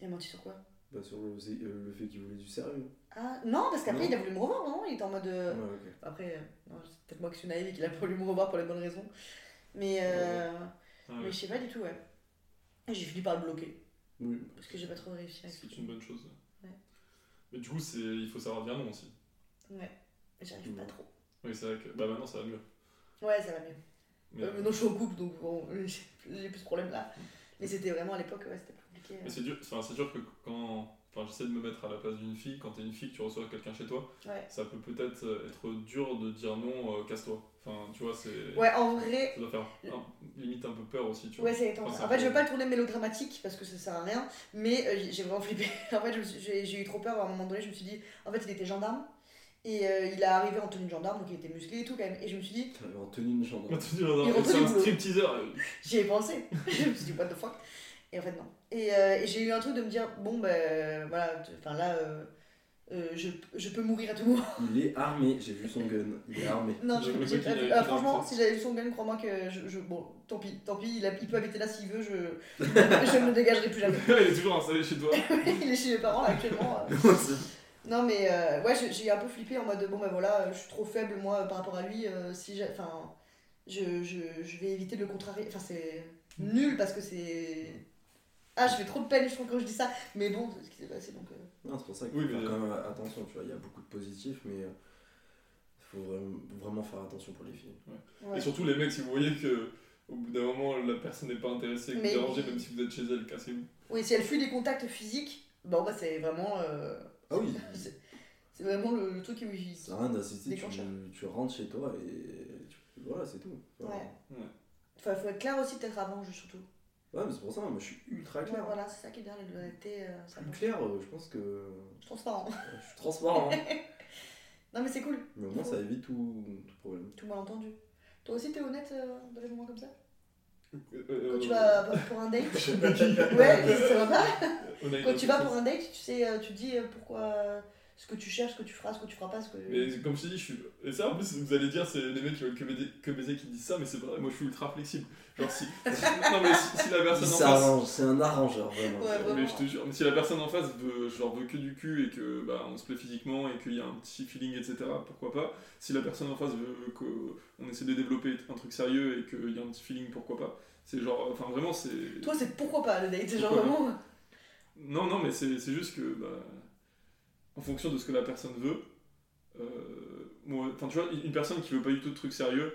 D: Il a menti sur quoi
A: Bah, sur le, c'est- euh, le fait qu'il voulait du sérieux.
D: Ah, non, parce qu'après
A: Non.
D: il a voulu me revoir, non Il était en mode. euh,
A: Ouais, ok.
D: Après, euh, non, c'est peut-être moi qui suis naïve et qu'il a voulu me revoir pour les bonnes raisons. Mais, euh,
C: Ouais,
D: mais je sais pas du tout, ouais. Et J'ai fini par le bloquer,
A: Oui.
D: parce que j'ai pas trop réussi à
C: C'est une bonne chose.
D: Ouais.
C: Mais du coup, c'est... il faut savoir dire non aussi.
D: Ouais, j'arrive pas
A: Ouais.
D: trop.
C: Oui, c'est vrai que bah, maintenant, ça va mieux.
D: Ouais, ça va mieux.
C: Mais,
D: Euh, maintenant je suis en couple, donc bon, j'ai plus j'ai plus ce problème là. Mais c'était vraiment à l'époque, ouais, c'était plus compliqué.
C: mais c'est, dur... enfin, c'est dur que quand. Enfin, j'essaie de me mettre à la place d'une fille. Quand t'es une fille, que tu reçois quelqu'un chez toi,
D: Ouais.
C: ça peut peut-être euh, être dur de dire non, euh, casse-toi. Enfin, tu vois, c'est.
D: Ouais, en vrai,
C: Ça doit faire un- limite un peu peur aussi, tu vois.
D: Ouais, c'est étrange.
C: Enfin, c'est
D: En
C: un
D: fait,
C: peu-
D: je veux pas le tourner mélodramatique parce que ça sert à rien, mais euh, j'ai- j'ai vraiment flippé. en fait, je me suis- j'ai j'ai eu trop peur à un moment donné. Je me suis dit, en fait, il était gendarme et euh, il est arrivé en tenue de gendarme, donc il était musclé et tout quand même. Et je me suis dit,
A: T'avais en tenue de gendarme.
C: Quand tu dis, non, non,
D: Il rentre
C: c'est un
D: du boulot.
C: stripteaser. euh,
D: j'y ai pensé. je me suis dit, what the fuck. Et en fait, non. Et, euh, et j'ai eu un truc de me dire, bon, ben voilà, tu- enfin là, euh, euh, je, je peux mourir à tout moment.
A: Il est armé, j'ai vu son gun. Il est armé.
D: non,
C: Je
D: j'ai
C: me
D: j'ai
C: dis
D: pas
C: qu'il a-
D: vu. Euh,
C: qu'il a un
D: franchement,
C: truc.
D: si j'avais vu son gun, crois-moi que je, je- Bon, tant pis, tant pis, il, a- il peut habiter là s'il veut, je, je me dégagerai plus jamais.
C: Il est toujours installé chez toi.
D: il est chez mes parents là actuellement. euh. Non mais euh, ouais j'ai- j'ai un peu flippé en mode bon ben voilà euh, je suis trop faible moi par rapport à lui euh, si j'ai- enfin je, je, je vais éviter de le contrarier enfin c'est nul parce que c'est ah je fais trop de peine je trouve quand je dis ça mais bon c'est ce qui s'est passé donc euh,
A: Non, c'est pour ça qu'il
C: Oui,
A: faut
C: mais-
A: faire quand même attention, tu vois, il y a beaucoup de positifs, mais euh, il faut vraiment, vraiment faire attention pour les filles.
D: ouais.
C: Et surtout, les mecs, si vous voyez que au bout d'un moment, la personne n'est pas intéressée, que vous
D: Mais-
C: dérangez, même si vous êtes chez elle, cassez-vous.
D: oui si elle fuit des contacts physiques bon bah c'est vraiment euh,
A: Ah oui
D: c'est c'est vraiment le, le truc qui me
A: Ça n'a rien d'assister, tu,
D: Déclencheur.
A: tu rentres chez toi et tu- voilà, c'est tout. Enfin,
D: Ouais. Enfin, faut être clair aussi peut-être avant surtout
A: ouais, mais c'est pour ça, moi je suis ultra
D: ouais,
A: clair.
D: voilà c'est ça qui est bien l'honnêteté euh, ça
A: Plus
D: marche.
A: clair, euh, je pense que euh,
D: transparent
A: je suis transparent. hein.
D: non mais c'est cool
A: mais au moins ça évite tout, tout problème.
D: tout malentendu toi aussi t'es honnête euh, dans les moments comme ça Quand tu
C: Euh,
D: vas pour un date, ouais, ça va pas Quand tu vas pour un date, tu sais, euh, tu te dis euh, pourquoi euh, ce que tu cherches, ce que tu feras, ce que tu feras pas, ce que.
C: Mais comme je te dis, je suis. Et ça, en plus, vous allez dire, c'est les mecs qui veulent que baiser, que baiser qui disent ça, mais c'est vrai, moi je suis ultra flexible. Genre, si. non, mais si, si la
A: Il
C: personne en face.
A: s'arrange, c'est un arrangeur, vraiment.
D: Ouais, vraiment.
C: Mais je te jure, mais si la personne en face veut, genre, veut que du cul et que bah, on se plaît physiquement et qu'il y a un petit feeling, etc., pourquoi pas. Si la personne en face veut qu'on essaie de développer un truc sérieux et qu'il y a un petit feeling, pourquoi pas. C'est genre, enfin vraiment, c'est.
D: Toi, c'est pourquoi pas le date, c'est genre
C: Pourquoi
D: vraiment.
C: Non, non, mais c'est c'est juste que, bah, en fonction de ce que la personne veut, euh, moi, enfin, tu vois, une personne qui veut pas du tout de trucs sérieux,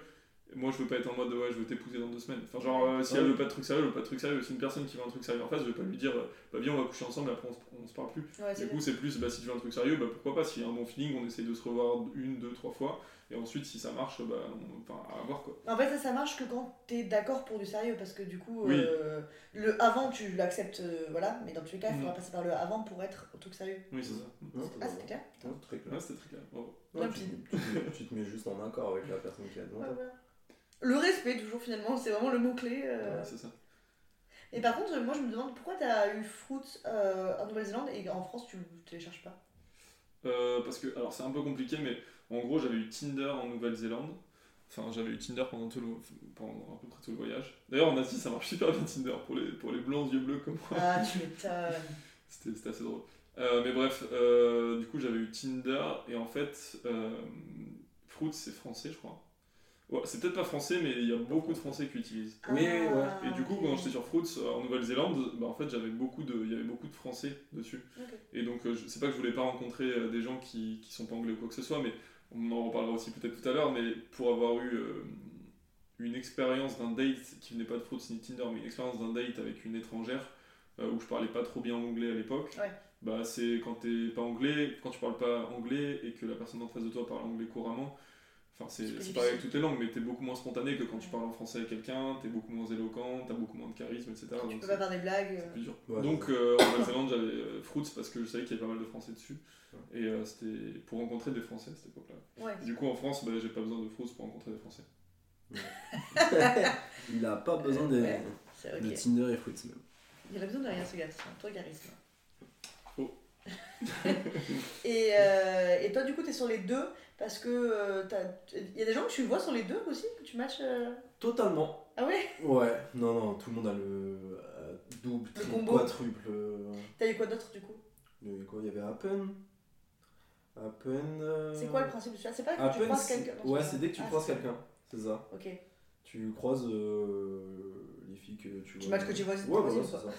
C: moi, je veux pas être en mode, ouais, je veux t'épouser dans deux semaines. Enfin, genre, euh, si elle
A: Ouais.
C: veut pas de trucs sérieux, elle veut pas de trucs sérieux. Si une personne qui veut un truc sérieux en face, je vais pas lui dire, euh, bah, viens, on va coucher ensemble, après, on se, on se parle plus.
D: Ouais, c'est
C: Du coup, c'est plus, bah, si tu veux un truc sérieux, bah, pourquoi pas, s'il y a un bon feeling, on essaie de se revoir une, deux, trois fois, et ensuite, si ça marche, bah, on- enfin, à voir, quoi.
D: En fait, ça, ça marche que quand t'es d'accord pour du sérieux, parce que du coup,
C: Oui.
D: euh, le avant, tu l'acceptes, euh, voilà, mais dans tous les cas, il faudra
C: Mhm.
D: passer par le avant pour être au truc sérieux.
C: Oui, c'est ça.
A: Non,
D: Ah, c'était clair
A: Non, très clair.
C: Ouais, c'était très clair. Bravo.
A: Non, tu,
D: Rapide.
A: tu te- tu te mets juste en accord avec la personne qui a demandé.
D: Ouais, voilà. Le respect, toujours, finalement, c'est vraiment le mot-clé. euh.
C: Ouais, c'est ça.
D: Et par contre, moi, je me demande pourquoi t'as eu Fruit euh, en Nouvelle-Zélande et en France, tu le télécharges pas
C: Euh, parce que, alors c'est un peu compliqué, mais en gros j'avais eu Tinder en Nouvelle-Zélande. Enfin, j'avais eu Tinder pendant, tout le, pendant à peu près tout le voyage. D'ailleurs, en Asie, ça marche super bien Tinder pour les, pour les blancs aux yeux bleus comme moi.
D: Ah, tu m'étonnes.
C: C'était c'était assez drôle. Euh, mais bref, euh, du coup, j'avais eu Tinder et en fait, euh, Fruit, c'est français, je crois. Ouais, c'est peut-être pas français, mais il y a beaucoup de français qui utilisent.
A: Oui,
D: Ah,
C: Et du coup,
D: ok.
C: quand j'étais sur Fruits euh, en Nouvelle-Zélande, bah, en fait, j'avais beaucoup de, il y avait beaucoup de Français dessus.
D: Ok.
C: Et donc, euh, je- c'est pas que je voulais pas rencontrer euh, des gens qui, qui sont pas anglais ou quoi que ce soit, mais on en reparlera aussi peut-être tout à l'heure. Mais pour avoir eu euh, une expérience d'un date qui venait pas de Fruits ni de Tinder, mais une expérience d'un date avec une étrangère euh, où je parlais pas trop bien anglais à l'époque,
D: Ouais.
C: bah c'est quand t'es pas anglais, quand tu parles pas anglais et que la personne en face de toi parle anglais couramment. Enfin, c'est
D: C'est plus
C: c'est pas avec
D: difficile.
C: toutes les langues, mais t'es beaucoup moins spontané que quand tu
D: Ouais.
C: parles en français avec quelqu'un, t'es beaucoup moins éloquent, t'as beaucoup moins de charisme, etc.
D: Tu
C: Donc c'est
D: peux pas faire des blagues. euh.
C: c'est plus dur.
A: Ouais,
C: Donc
A: ouais.
C: euh, en Nouvelle-Zélande, j'avais euh, Fruits parce que je savais qu'il y avait pas mal de Français dessus. Et euh, c'était pour rencontrer des Français à cette époque-là.
D: euh, Ouais.
C: Et Du coup, en France, bah, j'ai pas besoin de Fruits pour rencontrer des Français.
A: Il a pas besoin de,
D: Ouais. C'est ok.
A: de Tinder et Fruits même.
D: Il a besoin de rien, ce gars, c'est un toi charisme.
C: Oh.
D: et, euh, et toi, du coup, t'es sur les deux parce que euh, t'as- il y a des gens que tu vois sur les deux aussi, que tu matches. euh,
A: Totalement.
D: Ah ouais
A: Ouais, non, non, tout le monde a le euh, double, triple,
D: combo.
A: quadruple. euh,
D: T'as eu quoi d'autre du coup
A: le- quoi, il y avait Appen. Appen. euh,
D: C'est quoi le principe de celui-là C'est pas que tu
A: Appen,
D: croises
A: c'est-
D: quelqu'un. dans
A: Ouais,
D: ce-
A: c'est dès que tu
D: Ah,
A: croises
D: c'est-
A: quelqu'un, c'est ça.
D: Ok.
A: Tu croises euh, les filles que tu vois.
D: Tu matches que tu vois, c'est
A: Ouais,
D: ton
A: voilà,
D: troisième,
A: c'est
D: quoi.
A: ça.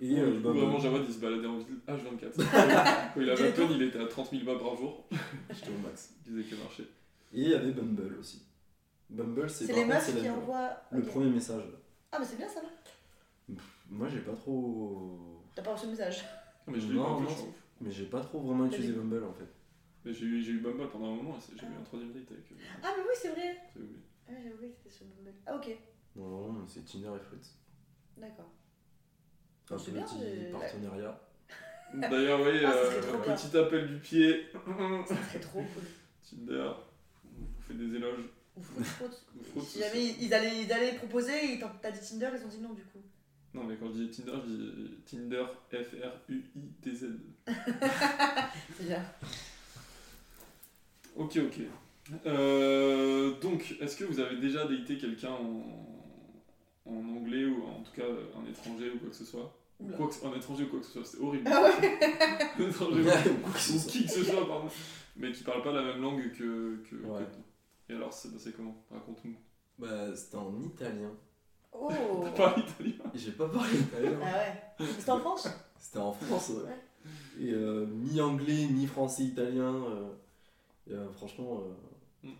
A: Et
C: Ouais,
A: euh,
C: du coup,
A: bah,
C: vraiment,
A: bah,
C: Jawad, il se baladait en ville H24. Quand il avait
D: Dis-le-toi.
C: Apple, il était à 30 000 bas par jour.
A: j'étais au max.
C: Il disait que marché.
A: Et il y avait Bumble aussi. Bumble, c'est
D: C'est
A: par
D: les
A: contre, c'est
D: meufs qui
A: la-
D: envoient.
A: Le
D: ok.
A: premier message.
D: Ah, mais c'est bien ça là
A: Moi, j'ai pas trop.
D: T'as pas reçu le message
C: Non, Mais je l'ai eu
A: Non,
C: Bumble,
A: non,
C: je suis en ouf.
A: Mais j'ai pas trop vraiment utilisé
D: Vas-y.
A: Bumble en fait.
C: Mais j'ai eu, j'ai eu Bumble pendant un moment et c'est- j'ai eu un troisième date avec. euh,
D: Ah, mais oui, c'est vrai
C: j'avais oublié.
D: Ah, j'ai oublié que c'était sur Bumble. Ah, ok,
A: Non, vraiment, c'est Tinder et Fruits.
D: d'accord.
A: Un petit
D: C'est bien, mais-
A: partenariat.
C: D'ailleurs, oui,
D: Ah,
C: euh,
D: ce serait trop bien.
C: petit appel du pied.
D: Ça serait trop cool.
C: Tinder, on vous fait des éloges.
D: Ou Fruit Fruit.
C: Ou Fruit,
D: Si
C: c'est-
D: jamais ils allaient, ils allaient proposer, ils t'ont- t'as dit Tinder, ils ont dit non du coup.
C: Non, mais quand je dis Tinder, je dis euh, Tinder, F-R-U-I-T-Z.
D: C'est bien.
C: Ok, ok. Euh, donc, est-ce que vous avez déjà daté quelqu'un en... en anglais ou en tout cas un étranger ou quoi que ce soit Ou
D: Oula.
C: quoi que- Un étranger ou quoi que ce soit, c'était horrible.
D: Ah ouais
C: un étranger ou ou
A: Ouais,
C: qui que ce soit, pardon. Mais qui parle pas la même langue que. que, que-
A: Ouais.
C: Et alors, bah, c'est passé comment Raconte-nous.
A: Bah, c'était en italien.
D: Oh
C: Pas italien.
A: Et J'ai pas parlé
D: Ah
A: italien.
D: ouais C'était en France
A: C'était en France, ouais.
D: Ouais.
A: Et euh, mi-anglais, mi-français-italien. euh, et, euh, franchement, euh,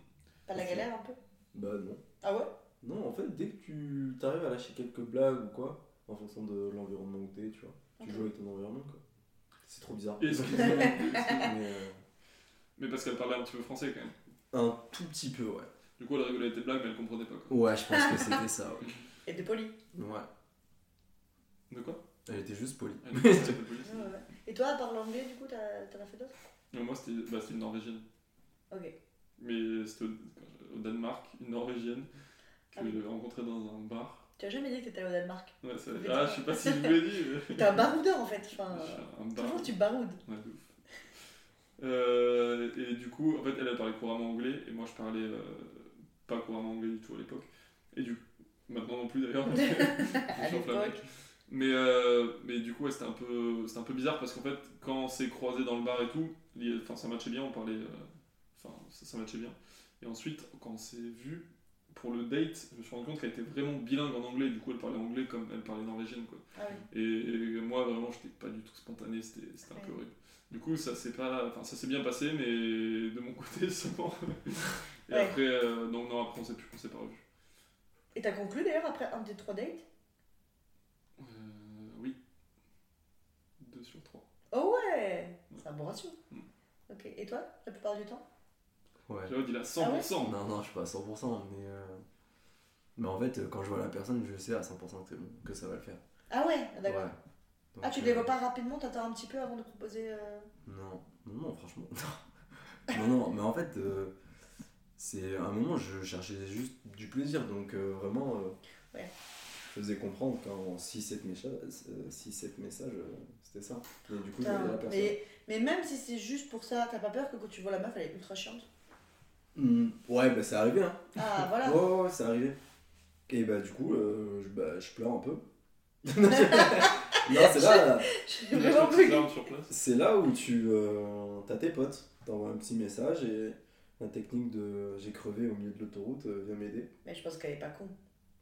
D: T'as la galère un peu
A: bah non.
D: Ah ouais
A: Non, en fait, dès que tu t'arrives à lâcher quelques blagues ou quoi, en fonction de l'environnement où t'es, tu vois, tu joues avec ton environnement, quoi. C'est trop bizarre.
C: Et
A: Mais,
C: est-ce que-
A: euh,
C: Mais parce qu'elle parlait un petit peu français quand même.
A: un tout petit peu, ouais.
C: Du coup, elle rigolait avec tes blagues, mais elle comprenait pas quoi.
A: Ouais, je pense que c'était ça,
D: Et de poli.
A: ouais. Ouais.
C: De quoi
A: Elle était juste polie.
C: Elle était avec la police.
D: Ouais, ouais. Et toi, à part l'anglais, du coup, t'as- t'en as fait d'autres
C: Et Moi, c'était bah, c'était une norvégienne.
D: Ok.
C: Mais c'était au, au Danemark, une norvégienne que
D: Ah oui.
C: j'avais rencontrée dans un bar.
D: Tu as jamais dit que t'étais allé au Danemark.
C: Ouais, ça- Ah, je sais pas si je vous l'ai dit. mais-
D: T'es un baroudeur en fait. Enfin,
C: Je suis un bar-
D: toujours tu baroudes.
C: Ouais, de ouf. Euh, et du coup, en fait, elle, elle parlait couramment anglais et moi je parlais euh, pas couramment anglais du tout à l'époque. Et du maintenant non plus d'ailleurs. Je suis enflammé.
D: l'époque.
C: Mais, euh, mais du coup, ouais, c'était un, peu- c'était un peu bizarre parce qu'en fait, quand on s'est croisés dans le bar et tout, il- enfin, ça matchait bien, on parlait. euh, Enfin, ça, ça matchait bien. Et ensuite, quand on s'est vu pour le date, je me suis rendu compte qu'elle était vraiment bilingue en anglais. Du coup, elle parlait anglais comme elle parlait norvégienne, quoi.
D: Ah oui.
C: Et, et moi, vraiment, j'étais pas du tout spontané, c'était c'était un peu
D: Ouais.
C: horrible. Du coup, ça s'est pas, enfin, ça s'est bien passé, mais de mon côté seulement. et
D: Ouais.
C: après, euh, non, non, après, on s'est plus, on s'est pas revus.
D: Et t'as conclu d'ailleurs après un des trois dates
C: Euh, oui. 2 sur 3.
D: Oh ouais C'est un bon ratio.
C: Mm.
D: Ok, et toi, la plupart du temps
A: Ouais.
C: Claude, il a
D: Ah
C: 100%.
A: Non, non, je suis pas à 100%, mais. euh, Mais en fait, euh, quand je vois la personne, je sais à 100% que c'est bon, que ça va le faire.
D: Ah ouais, ah, d'accord.
A: Ouais. Donc,
D: Ah, tu
A: euh,
D: les vois pas rapidement, t'attends un petit peu avant de proposer. euh,
A: Non, non, non, franchement, non. non, non, mais en fait, euh, c'est à un moment, je cherchais juste du plaisir, donc euh, vraiment, euh,
D: Ouais.
A: je faisais comprendre qu'en 6-7 messages, euh, 6-7 messages euh, c'était ça. Et du coup, je voyais la
D: putain,
A: personne.
D: mais, mais même si c'est juste pour ça, t'as pas peur que quand tu vois la meuf, elle est ultra chiante
A: Hmm, ouais, bah c'est arrivé, hein.
D: Ah voilà
A: Ouais, ouais, ouais, c'est arrivé. Et bah, du coup, euh, je, bah, je pleure un peu. non, c'est là,
D: J'ai
C: Il a
D: vraiment
C: acheté
D: plus-
C: des armes sur place.
A: c'est là où tu euh, t'as tes potes, t'envoies un petit message et la technique de j'ai crevé au milieu de l'autoroute, euh, viens m'aider.
D: Mais je pense qu'elle est pas con.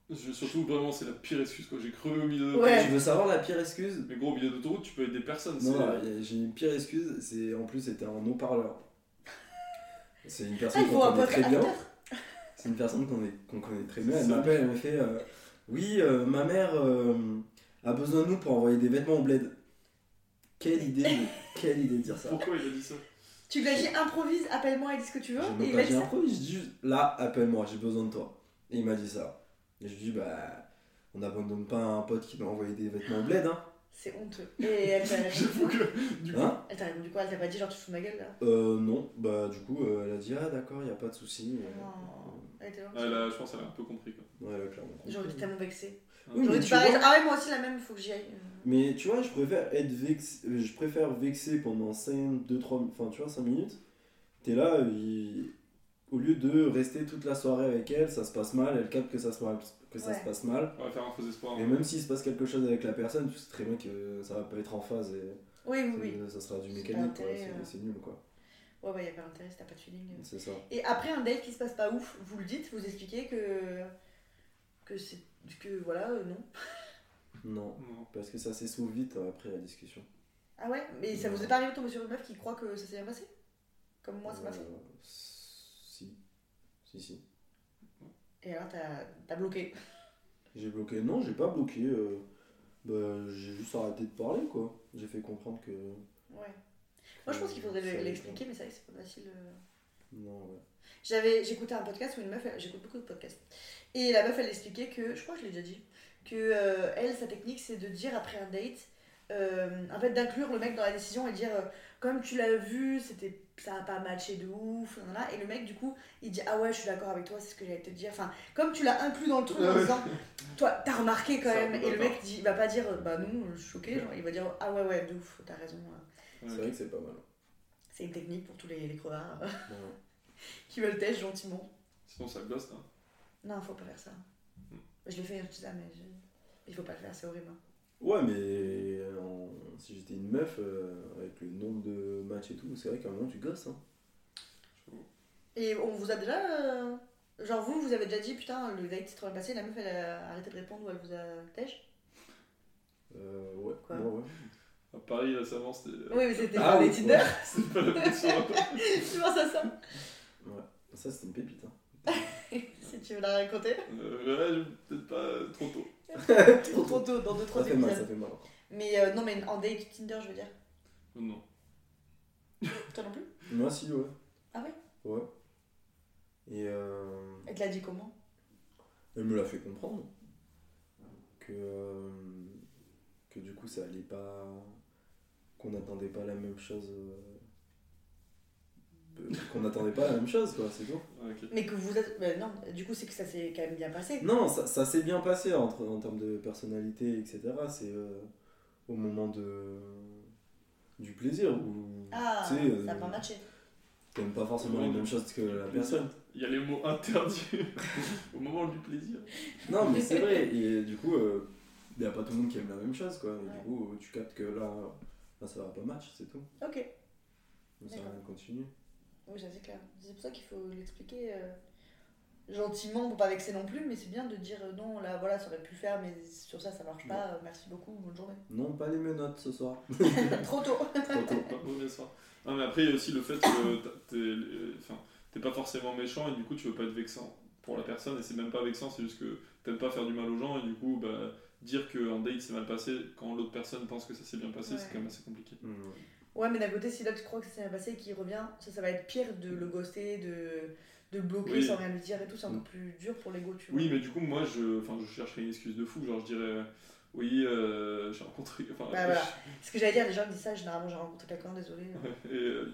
C: Je- surtout, vraiment, c'est la pire excuse, quoi. J'ai crevé au milieu de
D: Ouais.
A: Tu veux savoir la pire excuse
C: Mais gros, au milieu d'autoroute, tu peux aider personne.
A: Non,
C: c'est-
A: euh, j'ai une pire excuse, c'est en plus c'était un haut-parleur. C'est une
D: Ah,
A: personne
D: il
A: qu'on
D: faut un
A: connaît
D: pote
A: très bien.
D: acteur
A: C'est une personne qu'on est- qu'on connaît très bien.
C: C'est
A: Elle
C: ça.
A: m'appelle, elle me fait euh, Oui, euh, ma mère euh, a besoin de nous pour envoyer des vêtements au bled. Quelle idée de, quelle idée de dire ça
C: Pourquoi il a dit ça
D: Tu lui as dit improvise, appelle-moi et dis ce que tu veux,
A: Je me
D: et il a
A: pas
D: dit
A: dit un
D: ça.
A: pro, je dis juste Là, appelle-moi, j'ai besoin de toi. Et il m'a dit ça. Et je lui dis Bah, on n'abandonne pas un pote qui m'a envoyé des vêtements au bled, hein.
D: C'est honteux. Et elle t'a
C: J'avoue
D: répondu.
C: que. Du coup,
A: Hein
D: Elle t'a répondu quoi Elle t'a pas dit genre tu te fous de ma gueule là
A: Euh, non, bah, du coup, euh, elle a dit Ah, d'accord, il a pas de souci. Euh,
D: Non. Elle était gentille.
C: elle a- Ah, je pense qu'elle a un peu compris, quoi.
A: Ouais, là, clairement.
D: Oh. J'aurais été tellement vexée.
A: Oui,
D: J'aurais
A: mais
D: dit
A: tu
D: pareil,
A: vois-
D: ah ouais, moi aussi la même, faut que j'y aille. Euh,
A: Mais tu vois, je préfère être vexé, euh, je préfère vexer pendant 5, 2, 3, enfin tu vois, 5 minutes. T'es là, il- au lieu de rester toute la soirée avec elle, ça se passe mal, elle capte que ça se, mal- que ça
D: Ouais.
A: se passe mal.
C: On va faire un faux espoir. hein.
A: Et même s'il se passe quelque chose avec la personne, tu sais très bien que ça va pas être en phase et
D: Oui, oui,
A: ça-
D: oui.
A: ça sera du
D: C'est
A: mécanique, quoi.
D: pas
A: C'est,
D: intérêt, euh.
A: c'est nul quoi.
D: Ouais, ouais, y a pas d'intérêt si t'as pas de feeling. euh.
A: C'est ça.
D: Et après un date qui se passe pas ouf, vous le dites, vous expliquez que. que c'est. que voilà, euh, non.
A: Non,
C: Non.
A: parce que ça s'essouffle vite euh, après la discussion.
D: Ah ouais Mais ça vous est pas arrivé de tomber sur une meuf qui croit que ça s'est bien passé Comme moi, ça m'a
A: Euh,
D: fait.
A: Si. Si, si.
D: Et alors t'as t'as bloqué.
A: J'ai bloqué. Non, j'ai pas bloqué. euh, bah, j'ai juste arrêté de parler, quoi. J'ai fait comprendre que.
D: Ouais. Moi, je pense qu'il faudrait
A: Ça allait
D: l'expliquer, mais c'est vrai que c'est pas facile. euh.
A: pas. Non, ouais.
D: J'avais, j'écoutais un podcast où une meuf, j'écoute beaucoup de podcasts, et la meuf elle expliquait que, je crois que je l'ai déjà dit, que euh, elle sa technique c'est de dire après un date, euh, en fait d'inclure le mec dans la décision et dire euh, comme tu l'as vu, c'était ça a pas matché de ouf, nanana. et le mec du coup il dit ah ouais je suis d'accord avec toi, c'est ce que j'allais te dire, enfin comme tu l'as inclus dans le truc en disant toi t'as remarqué quand
C: Ça,
D: même, et le
C: d'accord.
D: mec dit il Ah va pas dire bah non je suis choqué, genre, il va dire ah ouais ouais de ouf t'as raison, euh,
A: C'est vrai que c'est pas mal.
D: c'est une technique pour tous les, les crevards euh,
A: Ouais.
D: qui veulent test gentiment.
C: Sinon, ça gosse, hein.
D: Non, faut pas faire ça.
A: Hmm.
D: Je l'ai fait, je dis ça, mais je- il faut pas le faire, c'est horrible. hein.
A: Ouais, mais en- si j'étais une meuf, euh, avec le nombre de matchs et tout, c'est vrai qu'à un moment tu gosses. Hein.
D: Et on vous a déjà. euh, Genre, vous, vous avez déjà dit, putain, le date s'est trop bien passé, la meuf, elle a arrêté de répondre ou elle vous a tèche
A: Euh, ouais.
D: Quoi
A: ouais, ouais.
C: À Paris, récemment, c'était. euh,
D: Oui, mais c'était pas
A: Euh, ah oui,
D: des Tinder,
A: ouais.
C: C'est pas la bonne soirée.
D: je pense à ça.
A: Ça, c'était une pépite. Hein.
D: Si tu veux la raconter.
C: Euh, ouais, je- peut-être pas euh, trop tôt.
A: Trop
D: Trop
A: tôt.
D: tôt, dans 2-3
A: Ça fait mal, ça
D: épisodes.
A: fait mal.
D: Mais euh, non, mais en date Tinder, je veux dire.
C: Non.
D: Toi non plus
A: Moi, si, ouais.
D: Ah ouais
A: Ouais. Et euh,
D: Elle te l'a dit comment
A: elle me l'a fait comprendre. Que. euh, que du coup, ça allait pas. qu'on n'attendait pas la même chose. euh, euh, qu'on n'attendait pas la même chose, quoi, c'est tout.
C: Ok.
D: Mais que vous êtes. bah non, du coup, c'est que ça s'est quand même bien passé.
A: Non, ça, ça s'est bien passé entre, en termes de personnalité, etc. C'est euh, au moment de, du plaisir où
D: Ah,
A: tu sais, euh,
D: ça n'a pas matché.
A: t'aimes pas forcément les mêmes choses que la personne.
C: Il y a les mots interdits au moment du plaisir.
A: Non, mais c'est vrai, et du coup, euh, il n'y a pas tout le monde qui aime la même chose, quoi. Et
D: Ouais.
A: du coup, tu captes que là, là, ça va pas match, c'est tout.
D: Ok,
A: Mais ça
D: D'accord.
A: continue.
D: oui, ça c'est clair. C'est pour ça qu'il faut l'expliquer euh, gentiment pour pas vexer non plus, mais c'est bien de dire euh, non, là voilà, ça aurait pu le faire, mais sur ça, ça marche pas, euh, merci beaucoup, bonne journée.
A: Non, pas les menottes ce soir.
D: Trop tôt
A: Trop tôt.
C: Pas mauvais soir. Non, mais après, il y a aussi le fait que t'as- t'es euh, enfin, t'es pas forcément méchant et du coup, tu veux pas être vexant pour la personne. Et c'est même pas vexant, c'est juste que t'aimes pas faire du mal aux gens et du coup, bah, dire qu'un date s'est mal passé quand l'autre personne pense que ça s'est bien passé,
D: Ouais.
C: c'est quand même assez compliqué.
A: Hmm.
D: Ouais, mais d'un côté, si l'autre croit que ça s'est bien passé et qu'il revient, ça, ça va être pire de le ghoster, de, de bloquer
C: Oui.
D: sans rien lui dire et tout, c'est un
A: Mm.
D: peu plus dur pour l'ego, tu vois.
C: Oui, mais du coup, moi, je, enfin, je chercherais une excuse de fou. Genre, je dirais, euh, oui, euh, j'ai rencontré. Enfin,
D: Bah, voilà. Ce que j'allais dire, les gens disent ça, généralement j'ai rencontré quelqu'un, désolé.
C: Et euh,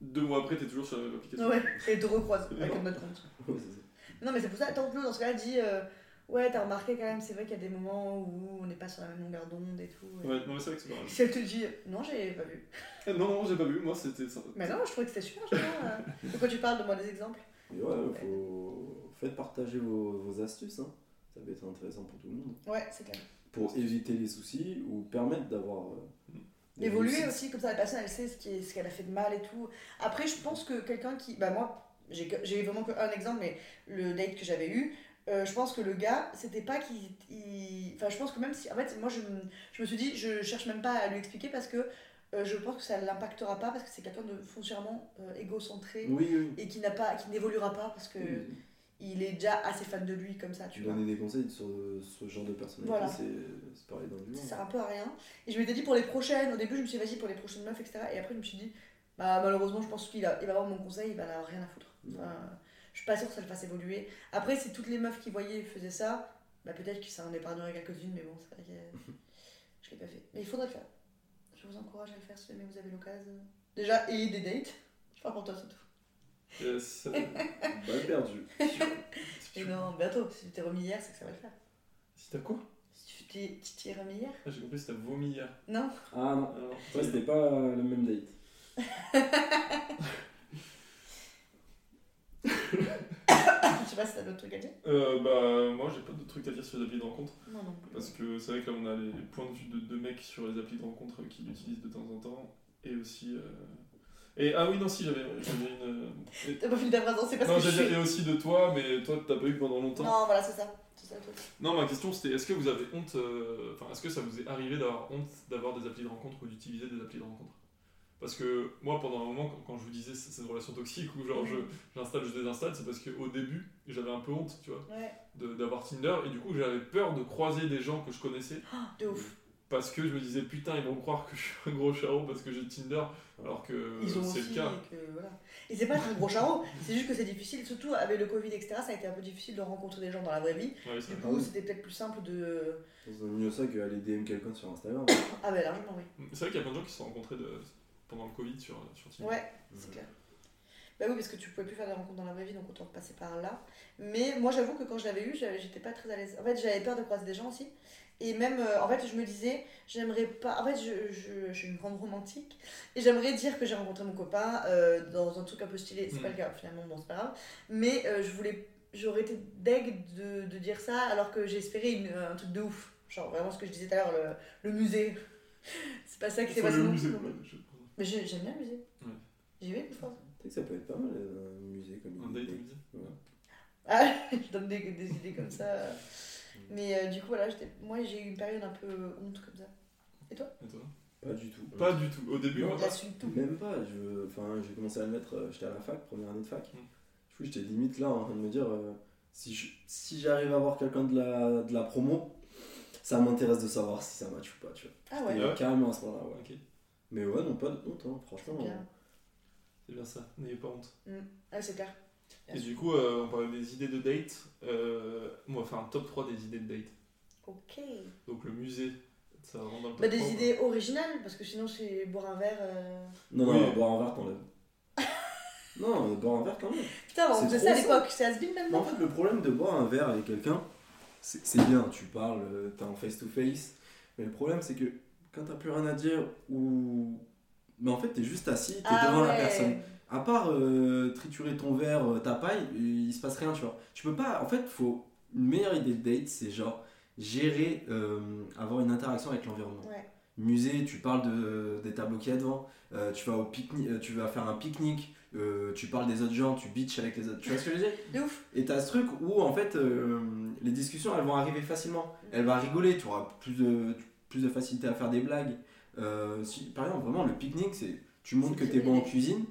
C: deux mois après, t'es toujours sur la même application.
D: Ouais, et de recroise avec notre compte.
A: Ouais, c'est ça.
D: Non, mais c'est pour ça, tant que nous, dans ce cas-là, dit euh, Ouais, t'as remarqué quand même, c'est vrai qu'il y a des moments où on n'est pas sur la même longueur d'onde et tout. Et
C: Ouais, non, mais c'est vrai que c'est pas mal.
D: Si elle te dit Non, j'ai pas vu.
C: Ah, Non, non, j'ai pas vu. Moi, c'était ça.
D: Mais non, je trouvais que c'était super, je sais pas. euh. De quoi tu parles, donne-moi des exemples.
A: Et ouais, faut... faites partager vos, vos astuces, hein. ça peut être intéressant pour tout le monde.
D: Ouais, c'est clair.
A: Pour éviter les soucis ou permettre d'avoir.
C: Mm.
A: euh, des
D: Évoluer
A: réussites.
D: aussi, comme ça la personne elle sait ce qui est- ce qu'elle a fait de mal et tout. Après, je pense que quelqu'un qui. Bah, moi, j'ai que- j'ai vraiment qu'un exemple, mais le date que j'avais eu, euh, je pense que le gars, c'était pas qu'il. il- Enfin, je pense que même si. En fait, moi, je, me- je me suis dit, je cherche même pas à lui expliquer parce que euh, je pense que ça l'impactera pas parce que c'est quelqu'un de foncièrement euh, égocentré
A: Oui, oui.
D: et qui n'a pas qui n'évoluera pas parce que
A: Oui.
D: il est déjà assez fan de lui comme ça, tu vois.
A: Donner des conseils sur ce genre de personnalité,
D: Voilà.
A: c'est c'est parler dans le
D: Ça
A: monde.
D: sert un peu à rien. Et je m'étais dit pour les prochaines, au début je me suis dit vas-y pour les prochaines meufs, etc. Et après je me suis dit, bah malheureusement je pense qu'il a- il va avoir mon conseil, il va en avoir rien à foutre. Enfin, je suis pas sûre que ça le fasse évoluer. Après si toutes les meufs qui voyaient faisaient ça, bah peut-être que ça en épargnerait quelques-unes, mais bon, c'est vrai que je l'ai pas fait. Mais il faudrait le faire. Je vous encourage à le faire si jamais vous avez l'occasion. Déjà, ayez des dates. Je parle pour toi, c'est tout.
C: Yes.
A: Balle perdue.
D: Et non, Eh ben, bientôt, si tu t'es remis hier, c'est que ça va le faire.
C: Si t'as quoi
D: Si tu t'es- tu t'y es remis hier
C: Ah, J'ai compris, c'était vomi hier.
D: Non
A: Ah non,
C: Ah non.
A: ça c'était pas le même date.
D: Je sais pas si t'as d'autres trucs à dire.
C: Euh, bah, moi j'ai pas de trucs à dire sur les applis de rencontre.
D: Non, non plus.
C: Parce que c'est vrai que là on a les points de vue de deux mecs sur les applis de rencontre qui l'utilisent de temps en temps. Et aussi. euh, Et ah oui, non, si j'avais j'avais une. euh, et-
D: T'as pas fini ta phrase, non, c'est parce
C: Non,
D: que je
C: j'allais
D: suis...
C: dire et aussi de toi, mais toi t'as pas eu pendant longtemps.
D: Non, voilà, c'est ça. C'est ça le truc.
C: Non, ma question c'était est-ce que vous avez honte, euh, enfin est-ce que ça vous est arrivé d'avoir honte d'avoir des applis de rencontre ou d'utiliser des applis de rencontre Parce que moi pendant un moment quand, quand je vous disais c- cette relation toxique où genre je- j'installe, je, désinstalle, c'est parce qu'au début j'avais un peu honte, tu vois,
D: Ouais,
C: de- d'avoir Tinder et du coup j'avais peur de croiser des gens que je connaissais
D: de ouf.
C: parce que je me disais putain ils vont croire que je suis un gros charron parce que j'ai Tinder alors que
D: Ils ont
C: Euh, c'est
D: aussi.
C: le cas.
D: que, voilà. Et c'est pas un gros charreau, c'est juste que c'est difficile, surtout avec le Covid, etc. Ça a été un peu difficile de rencontrer des gens dans la vraie vie.
C: Ouais, c'est
D: Du
C: vrai.
D: coup, c'était peut-être plus simple de.
A: C'est mieux ça qu'aller DM quelqu'un sur Instagram.
D: Ah, bah, largement, oui.
C: C'est vrai qu'il y a plein de gens qui se sont rencontrés de- pendant le Covid sur, sur Tinder.
D: Ouais,
C: Mm.
D: c'est clair. Bah oui, parce que tu pouvais plus faire des rencontres dans la vraie vie, donc autant passer par là. Mais moi, j'avoue que quand je l'avais eu, j'avais- j'étais pas très à l'aise. En fait, j'avais peur de croiser des gens aussi. Et même, euh, en fait, je me disais, j'aimerais pas. En fait, je, je, je suis une grande romantique. Et j'aimerais dire que j'ai rencontré mon copain euh, dans un truc un peu stylé. C'est
C: Mhm.
D: pas le cas, finalement, bon, c'est pas grave. Mais euh, je voulais. J'aurais été deg de, de dire ça alors que j'espérais une- un truc de ouf. Genre vraiment ce que je disais tout à l'heure, le, le musée. c'est pas ça qui s'est
C: Faut
D: passé.
C: le
D: non
C: muser,
D: plus.
C: ouais, je-
D: Mais j'ai- j'aime bien le musée.
C: Ouais.
D: J'y vais une fois.
A: Tu sais que ça peut être pas mal euh, un musée comme
C: Un
A: idée.
C: date au musée.
D: Ah, je donne des, des idées comme ça. Mais euh, du coup, voilà, j'étais- moi j'ai eu une période un peu honte comme ça.
C: Et toi
A: Pas du tout.
C: Pas du tout. Au début, hein.
A: Non,
C: moi,
D: J'assume tout.
A: Même pas, je... enfin, j'ai commencé à le mettre, euh, j'étais à la fac, première année de fac.
C: Mm.
A: Du coup, j'étais limite là en train de me dire, euh, si, je- si j'arrive à voir quelqu'un de la... de la promo, ça m'intéresse de savoir si ça match ou pas, tu vois.
D: Ah ouais,
A: Et,
C: Ouais.
A: euh, carrément à ce moment-là, ouais.
C: Ok,
A: Mais ouais, non, pas de honte, hein,
D: c'est
A: franchement.
D: bien.
C: c'est bien ça, n'ayez pas honte.
D: Ah, c'est clair. Bien
C: Et du coup, euh, on parlait des idées de date. Euh, on va faire un top 3 des idées de date.
D: Ok.
C: Donc le musée, ça rentre dans le top
D: Bah, des
C: 3,
D: idées originales, parce que sinon c'est boire un verre. euh,
A: Non, non,
C: Oui.
A: non, boire un verre, t'enlèves. Non, euh, boire un verre quand même.
D: Putain, on
A: C'est
D: faisait
A: trop
D: ça à
A: ça.
D: l'époque, c'est has been
A: Mais en
D: maintenant.
A: fait, le problème de boire un verre avec quelqu'un, c'est c'est bien, tu parles, euh, t'es en face-to-face, mais le problème, c'est que quand t'as plus rien à dire, ou. Mais en fait, t'es juste assis, t'es
D: Ah
A: devant la personne. À part euh, triturer ton verre, euh, ta paille, il se passe rien, tu vois. Tu peux pas. En fait, faut. Une meilleure idée de date, c'est genre gérer, euh, avoir une interaction avec l'environnement.
D: Ouais.
A: Musée, tu parles de, des tableaux qu'il y a devant, euh, tu, vas au pique-nique- euh, tu vas faire un pique-nique, euh, tu parles des autres gens, tu bitches avec les autres. Tu vois ce que je veux dire
D: De ouf.
A: et t'as ce truc où en fait euh, les discussions elles vont arriver facilement. Elle va rigoler, tu auras plus de, plus de facilité à faire des blagues. Euh, si- par exemple, vraiment le pique-nique, c'est tu montres que
D: C'est
A: t'es bon en
D: privilégié.
A: cuisine,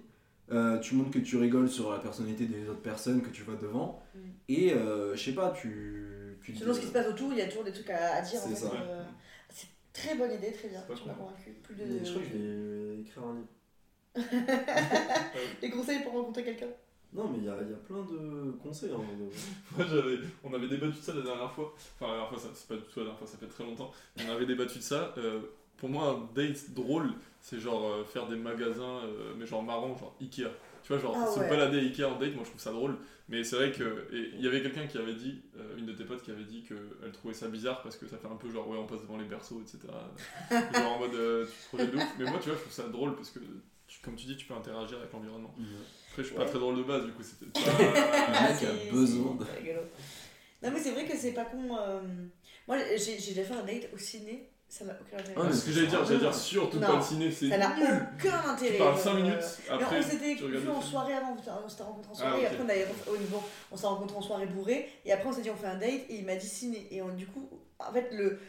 A: euh, tu montres que tu rigoles sur la personnalité des autres personnes que tu vois devant,
D: Mm.
A: et euh, je sais pas, tu. tu
D: Selon ce qui se passe autour, il y a toujours des trucs à, à dire. en
A: C'est
D: fait,
A: ça.
D: euh, C'est très bonne idée, très bien.
C: Pas
D: Je suis pas
C: con.
D: convaincue. Plus de...
A: euh, Je crois que je vais écrire un livre.
D: Les conseils pour rencontrer quelqu'un.
A: Non, mais il y a, il y a plein de conseils. hein, de-
C: Moi, j'avais, on avait débattu de ça la dernière fois. Enfin, la dernière fois, ça- c'est pas du tout la dernière fois, ça fait très longtemps. On avait débattu de ça. Euh, pour moi, un date drôle, c'est genre euh, faire des magasins, euh, mais genre marrant, genre Ikea. Tu vois, genre
D: Ah
C: se
D: ouais.
C: balader à Ikea en date, moi je trouve ça drôle. Mais c'est vrai que. et Il y avait quelqu'un qui avait dit, euh, une de tes potes qui avait dit qu'elle trouvait ça bizarre parce que ça fait un peu genre, ouais, on passe devant les berceaux, etc. genre en mode, euh, tu te projettes de ouf. Mais moi, tu vois, je trouve ça drôle parce que, tu- comme tu dis, tu peux interagir avec
D: Ah,
C: l'environnement. Après, je suis pas
D: Ouais.
C: très drôle de base, du coup, c'était pas.
D: Ah,
A: mec a
D: c'est-
A: besoin
D: c'est rigolo. Non, mais c'est vrai que c'est pas con. euh, Moi, j'ai j'ai déjà fait un date au ciné. Ça m'a aucun intérêt.
A: Ah,
C: Ah,
A: mais
C: ce que j'allais dire, j'allais dire surtout
D: Non.
C: pas le ciné, c'est
D: ça n'a
C: nul.
D: aucun intérêt.
C: Tu parles
D: genre,
C: 5
D: euh,
C: minutes,
D: Non,
C: après
D: on s'était
C: tu regardes
D: vu
C: le
D: en
C: film.
D: soirée avant, on s'était- on s'était rencontrés en soirée,
C: Ah,
D: et
C: ok.
D: après on, allait ref- au niveau- on s'est rencontrés en soirée bourré, et après on s'est dit on fait un date, et il m'a dit ciné. Et on- du coup, en fait, le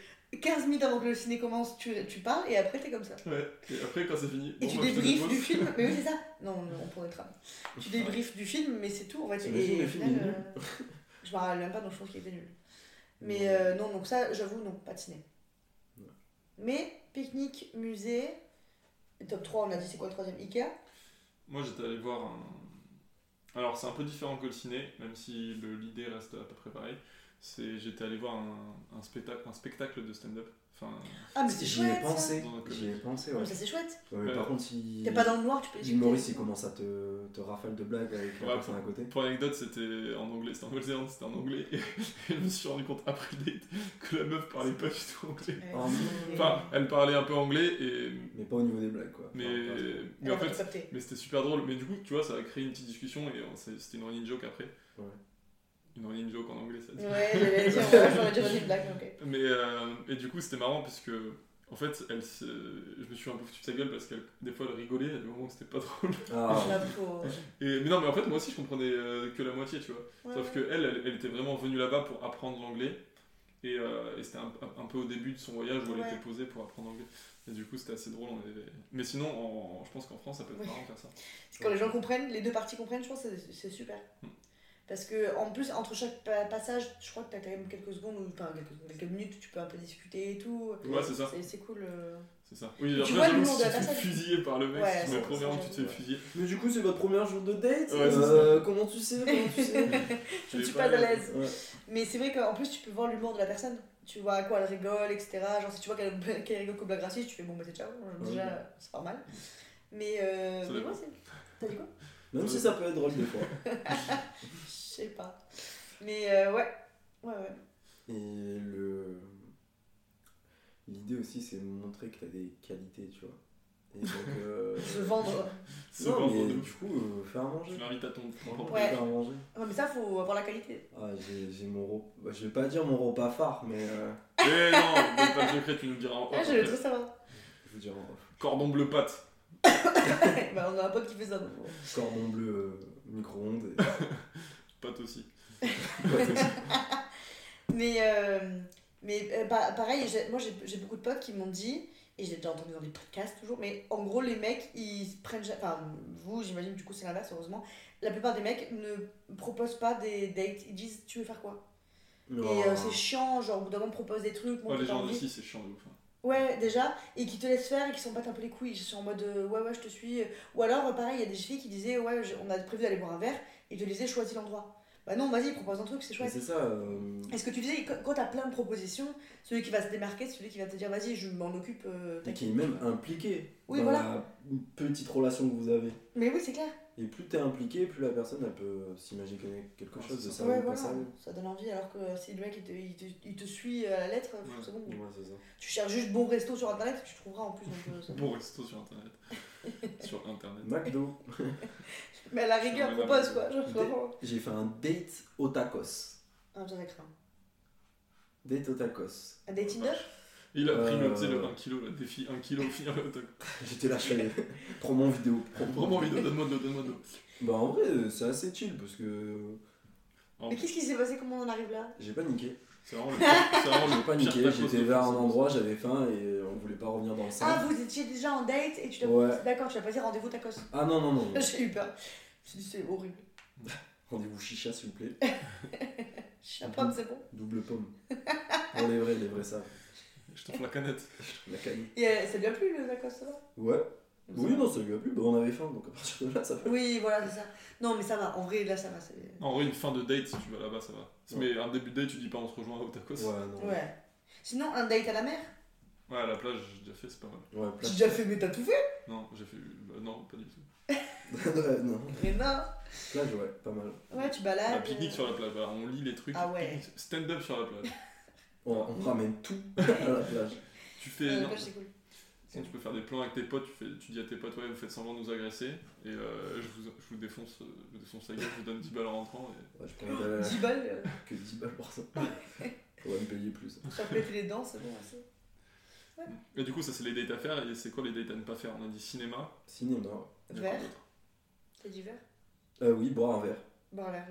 D: 15 minutes avant que le ciné commence, tu, tu parles, et après t'es comme ça.
C: Ouais. Et après quand c'est fini,
D: Et
C: bon,
D: tu
C: bah, je te
D: débriefes
C: dépose.
D: du film, mais oui, c'est ça. Non, non, on pourrait être rapide. Tu débriefes du film, mais c'est tout en fait.
A: T'imagines,
D: Et
A: le
D: au
A: film
D: final,
A: est nul.
D: euh, je me rappelle même pas, donc je trouve qu'il était nul. Mais euh, non, donc ça, j'avoue, non, pas de ciné.
A: Ouais.
D: Mais pique-nique, musée, top 3, on a dit c'est quoi le troisième Ikea
C: Moi j'étais allé voir un. Alors c'est un peu différent que le ciné, même si le- l'idée reste à peu près pareil. C'est j'étais allé voir un, un spectacle, un spectacle de stand-up. Enfin,
D: Ah, mais c'est
A: J'y ai
D: chouette ça.
A: pensé,
C: Dans la
A: j'y ai pensé,
D: Non,
A: ouais.
D: mais ça c'est chouette.
A: Ouais, mais par
C: Euh,
A: contre, si.
D: T'es pas dans le noir, tu peux
A: Si Maurice, il commence à te, te rafale de blagues avec la
C: Ouais,
A: personne à côté.
C: pour anecdote, c'était en anglais, c'était en Nouvelle-Zélande, c'était en anglais. Et je me suis rendu compte après le date que la meuf parlait pas du tout anglais.
D: Ouais.
A: Oh, non.
C: Enfin, elle parlait un peu anglais, et...
A: Mais pas au niveau des blagues, quoi.
C: mais,
A: Enfin, pas-
C: mais en fait
D: capté.
C: Mais c'était super drôle. Mais du coup, tu vois, ça a créé une petite discussion et on s'est- c'était une running joke après.
A: Ouais.
C: Une running joke en anglais, ça dit.
D: Ouais, j'allais dire, ouais, j'aurais dû dire une blague, mais ok.
C: Mais euh, et du coup, c'était marrant parce que, en fait, elle se- je me suis un peu foutu de sa gueule parce que des fois, elle rigolait à des moments où c'était pas drôle.
A: Ah,
D: La pauvre.
C: Et, mais non, mais en fait, moi aussi, je comprenais euh, que la moitié, tu vois. Sauf que elle, elle, elle était vraiment venue là-bas pour apprendre l'anglais. Et, euh, et c'était un, un peu au début de son voyage où elle
D: Ouais.
C: était posée pour apprendre l'anglais. Et du coup, c'était assez drôle. on avait- Mais sinon, en- je pense qu'en France, ça peut être
D: Oui.
C: marrant de faire ça.
D: C'est Quand les gens comprennent, les deux parties comprennent, je pense que c'est- c'est super.
C: Mm.
D: Parce que en plus, entre chaque pa- passage, je crois que t'as quand même quelques secondes, ou enfin quelques, secondes, quelques minutes, où tu peux un peu discuter et tout.
C: Ouais, c'est ça.
D: C'est- C'est cool. euh.
C: C'est ça. Oui,
D: Tu
C: après,
D: vois le
C: j'avoue,
D: humour
C: si
D: de la
C: tu te fais
D: personne.
C: fusiller par le mec,
D: Ouais,
C: si tu
D: ça,
C: mets
D: ça,
C: premièrement, tu te fais
D: j'avoue.
C: fusiller.
A: Mais du coup, c'est votre premier jour de date
C: Ouais, c'est
A: Euh, Comment tu sais Comment tu sais
D: Je ne suis
C: pas
D: pas
C: à
D: à l'aise.
A: Ouais.
D: Mais c'est vrai qu'en plus, tu peux voir l'humour de la personne. Tu vois à quoi elle rigole, etc. Genre, si tu vois qu'elle qu'elle rigole comme la gracie, tu fais bon, bah c'est ciao.
A: Ouais.
D: Déjà, c'est pas mal. Mais, euh,
C: Ça
D: mais
C: dépend.
D: ouais, c'est. T'as dit quoi
A: Même si ça peut être drôle des fois.
D: Je sais pas. Mais euh, ouais. Ouais, ouais.
A: Et le. L'idée aussi, c'est de montrer que t'as des qualités, tu vois. Et donc. Euh...
D: Se vendre.
C: C'est
A: Non,
C: vraiment
A: mais
C: de
A: du coup, euh, faire à manger.
C: Tu l'invites à ton ton propre.
D: Ouais.
A: Faire à manger.
D: Ouais, mais ça, faut avoir la qualité.
A: Ah, j'ai j'ai mon repas. bah, je vais pas dire mon repas phare, mais. euh,
C: Eh non, donne pas le secret, tu nous le diras en
D: Ah,
C: off,
D: je le
C: en fait.
D: trouve ça va.
A: Je euh, vous dirai en off.
C: Cordon bleu pâte.
D: bah, on a un pote qui fait ça. donc, bon.
A: Cordon bleu, euh, micro-ondes. et-
C: Pâte aussi.
D: Mais, euh, mais euh, pa- pareil, j'ai- moi j'ai j'ai beaucoup de potes qui m'ont dit, et j'ai déjà entendu dans des podcasts toujours, mais en gros les mecs, ils se prennent... ja- Enfin, vous, j'imagine, du coup c'est l'inverse, heureusement. La plupart des mecs ne proposent pas des dates, ils disent tu veux faire quoi
A: bah,
D: Et euh, c'est chiant, genre au bout d'un moment propose des trucs,
C: Ouais,
D: montre
C: les
D: ta
C: gens
D: envie.
C: d'ici, c'est chiant de ouf. hein.
D: Ouais, déjà, et qui te laissent faire et qui s'en battent un peu les couilles. Je suis en mode euh, ouais, ouais, je te suis. Ou alors, euh, pareil, il y a des filles qui disaient ouais, j'ai- on a prévu d'aller boire un verre, et te disaient choisis l'endroit. Bah non, vas-y, propose un truc, c'est
A: Mais
D: chouette.
A: c'est ça. euh,
D: Est-ce que tu disais, quand- quand t'as plein de propositions, celui qui va se démarquer, c'est celui qui va te dire vas-y, je m'en occupe. euh,
A: Et
D: t'inquiète.
A: qui est même impliqué
D: Oui,
A: dans
D: voilà.
A: la petite relation que vous avez.
D: Mais oui, c'est clair.
A: Et plus t'es impliqué, plus la personne elle peut s'imaginer quelque
C: Ouais,
A: chose
C: c'est
A: de
C: ça.
A: ça ou
D: ouais,
A: pas
D: voilà,
A: ça.
D: Ah, ça donne envie. Alors que si le mec il te, il te- il te suit à la lettre,
C: Ouais.
D: c'est bon.
A: Ouais, c'est ça.
D: Tu cherches juste bon resto sur internet, tu trouveras en plus. donc, euh, ça-
C: Bon resto sur internet. sur internet.
A: McDo.
D: Mais à la rigueur,
C: Ouais,
D: propose
C: ouais.
D: quoi. Genre, vraiment.
A: J'ai fait un date au tacos.
D: Ah, j'en ai craint.
A: Date au tacos.
D: Un dating Tinder
C: Il a pris le,
A: Euh,
C: tu sais, le 1 kg, le défi 1 kg, finir le toc.
A: J'étais là, je fais, prends mon vidéo. prends mon
C: Vraiment envie de donne-moi de l'eau, donne-moi de l'eau.
A: Bah en vrai, euh, c'est assez chill parce que euh,
C: Oh.
D: Mais qu'est-ce qui s'est passé Comment on en arrive là
A: j'ai paniqué.
C: C'est vraiment le pire. C'est vraiment
A: Ah, J'ai
C: le pire
A: paniqué,
C: tacos de
A: j'étais vers un
C: France.
A: endroit, j'avais faim et on voulait pas revenir dans le
D: Ah,
A: centre.
D: vous étiez déjà en date et tu t'as
A: Ouais.
D: D'accord, tu as pas dit rendez-vous tacos.
A: Ah non, non, non.
D: J'ai eu peur. Je me suis dit, c'est horrible.
A: Rendez-vous chicha, s'il vous plaît.
D: Je suis pas, c'est bon.
A: Double pomme. Pour les vrais, les vrais ça.
C: Je te fous la canette.
A: La canne.
D: Et euh, ça lui a plu le tacos, ça va
A: Ouais. Oui, non, ça lui a plu. Bah, on avait faim, donc à partir de là, ça va.
D: Oui, voilà, c'est ça. Non, mais ça va. En vrai, là, ça va. c'est-
C: En vrai, une fin de date, si tu vas là-bas, ça va.
A: Ouais.
C: Mais un début de date, tu dis pas on se rejoint au tacos. Ouais,
A: Ouais, non.
D: Ouais. Sinon, un date à la mer
C: à la plage, j'ai déjà fait, c'est pas mal.
A: Ouais,
D: J'ai
A: plat.
D: déjà fait, mais t'as tout fait
C: Non, j'ai fait. bah, non, pas du tout.
A: Ouais, non.
D: Mais non
A: Plage, ouais, pas mal.
D: Ouais, tu
C: On a
D: balades.
C: pique-nique
D: euh,
C: sur la plage, voilà, on lit les trucs.
D: Ah ouais.
C: pique-nique, Stand-up sur la plage.
A: On, on ramène tout à la plage.
C: Tu fais.
D: euh, la
C: non,
D: plage, c'est cool.
C: sinon, tu peux faire des plans avec tes potes, tu, fais, tu dis à tes potes, ouais, vous faites semblant de nous agresser, et euh, je, vous, je vous défonce, euh, je vous défonce la gueule, je vous donne 10 balles en rentrant. et-
A: Ouais, je prends euh,
D: 10 balles, euh,
A: que 10 balles pour ça. Faudrait me payer plus.
D: ça pète les dents, c'est bon. c'est-
C: Et du coup, ça c'est les dates à faire. Et c'est quoi les dates à ne pas faire On a dit cinéma.
A: Cinéma.
C: il y a quoi
D: Vert.
C: d'autre
D: T'as du verre
A: Euh, oui, boire un verre.
D: Bon, là, regarde.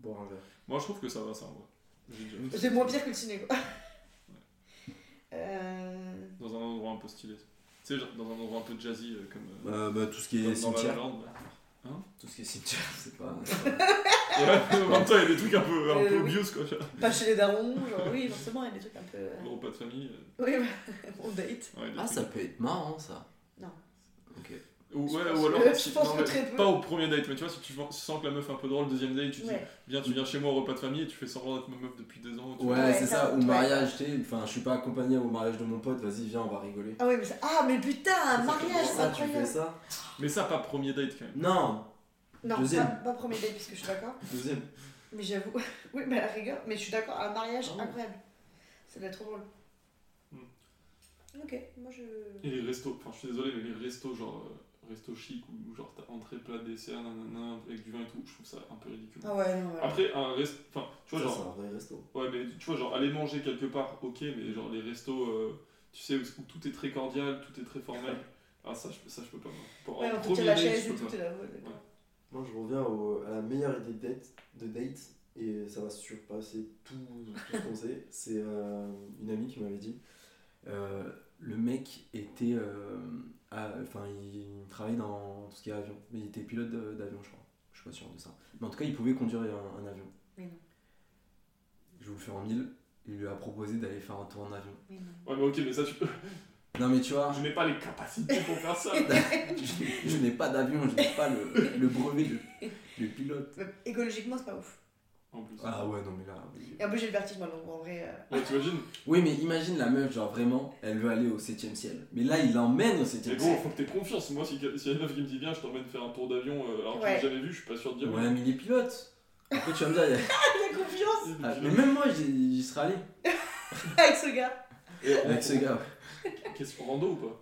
A: Boire un verre.
C: Moi, je trouve que ça va, ça en vrai. J'ai déjà fait
D: C'est moins pire que le ciné, quoi. Euh...
C: dans un endroit un peu stylé. Tu sais, genre, dans un endroit un peu jazzy, euh, comme euh,
A: Euh, bah, tout ce qui est
C: dans, dans La La
A: cimetière.
C: Land.
A: Tout ce qui est cimetière, c'est pas.
C: Et ouais, en même temps, il y a des trucs un peu, un peu
D: Euh,
C: obvious, quoi. genre.
D: Pas chez les darons, genre, oui, forcément, il y a des trucs un peu. euh,
C: Gros pas de famille. euh,
D: Oui, bah, on date.
C: ouais, des
A: Ah,
C: trucs.
A: ça peut être marrant ça.
D: Non.
A: Ok.
C: Ou,
D: Je
C: ouais,
D: pense
C: ou alors,
D: que-
C: si-
D: je pense
C: non,
D: que
C: mais
D: très peu.
C: pas au premier date, mais tu vois, si tu ven- sens que la meuf est un peu drôle, deuxième date, tu dis,
D: Ouais.
C: viens, tu viens chez moi au repas de famille et tu fais semblant d'être ma meuf depuis deux ans. tu
A: Ouais,
C: vois.
D: Ouais,
A: c'est
D: ça,
A: ça, au
D: ouais.
A: mariage, tu sais, enfin, je suis pas accompagné au mariage de mon pote, vas-y, viens, on va rigoler.
D: Ah, oui, mais ça... ah, mais putain, un mariage, c'est
A: ça, Ah, tu fais
D: incroyable.
A: ça
C: Mais ça, pas premier date quand même.
A: Non
D: Non,
A: Deuxième.
D: pas, pas premier date, parce que je suis d'accord.
A: Deuxième.
D: Mais j'avoue, oui, mais à la rigueur, mais je suis d'accord, un mariage
A: Ah ouais.
D: incroyable. Ça doit être trop drôle.
C: Hmm.
D: Ok, moi je.
C: Et les restos, enfin je suis désolé, mais les restos genre euh, resto chic ou genre t'as entrée, plat, dessert, nanana, avec du vin et tout, je trouve ça un peu ridicule.
D: Ah ouais, non, ouais.
C: Après, un resto, enfin tu
A: Ça,
C: vois,
A: c'est
C: genre,
A: un vrai resto.
C: ouais, mais tu vois, genre aller manger quelque part, ok, mais genre les restos, euh, tu sais, où, où tout est très cordial, tout est très formel, ah ça je, ça, je peux pas. moi. Pour,
D: Ouais,
C: en
D: on te tire
C: premier
D: la
C: date,
D: chaise
C: je
D: et
C: peux
D: tout,
C: pas.
D: t'es là, ouais, d'accord.
A: Moi, je reviens au- à la meilleure idée de date, de date et ça va surpasser tout, tout ce qu'on sait. C'est euh, une amie qui m'avait dit euh, le mec était. euh, à- Enfin, il travaillait dans tout ce qui est avion, mais il était pilote de- d'avion, je crois. Je suis pas sûr de ça. Mais en tout cas, il pouvait conduire un, un avion.
D: Mais non.
A: Je vous le fais en mille. Il lui a proposé d'aller faire un tour en avion.
D: Mais non.
C: Ouais, mais ok, mais ça tu peux.
A: Non, mais tu vois,
C: Je n'ai pas les capacités pour faire ça.
A: je, je n'ai pas d'avion, je n'ai pas le, le brevet de, de pilote.
D: Écologiquement, c'est pas ouf.
C: En plus.
A: Ah ouais, non, mais là. oui.
D: Et en plus, j'ai le vertige, moi, donc en vrai. euh,
C: Ouais, t'imagines
A: Oui, mais imagine la meuf, genre vraiment, elle veut aller au 7ème ciel. Mais là, il l'emmène au 7ème
C: Mais gros,
A: ciel.
C: faut que t'aies confiance. Moi, si si y a une meuf qui me dit, viens, je t'emmène faire un tour d'avion, euh, alors que
D: Ouais.
C: je l'ai jamais vu, je suis pas sûr de dire. oui.
A: Ouais, mais il est pilote. Après, tu vas me dire, il y a-
D: Il a confiance
C: Et puis,
A: Ah, mais même moi, j'y j'y serais allé
D: avec ce gars.
C: Et on-
A: avec ce gars.
C: Qu'est-ce qu'on rando ou pas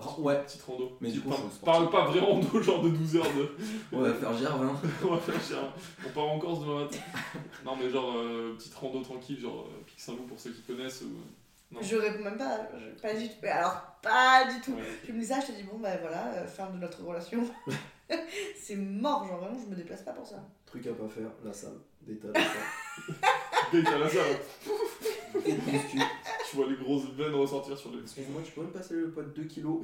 A: Oh, Ouais,
C: Petite rando.
A: Mais du
C: Petite-
A: coup, faut
C: par-
A: se
C: parle pas vrai rando, genre de 12 heures de.
A: on va faire Gervin.
C: on va faire chier, hein. On part en Corse demain matin. non, mais genre, euh, petite rando tranquille, genre euh, Pic Saint-Loup pour ceux qui connaissent. Ou... Non.
D: Je réponds même pas. je- Pas du tout. Mais alors, pas du tout.
C: Ouais.
D: Tu me dis ça, je te dis, bon, bah voilà, euh, fin de notre relation. c'est mort, genre vraiment, je me déplace pas pour ça.
A: Truc à pas faire, la salle. Des tas de ça.
C: Dès que t'as la salle,
A: Et de muscu.
C: tu vois les grosses veines ressortir sur les.
A: Excuse-moi, tu peux me passer le poids de 2 kilos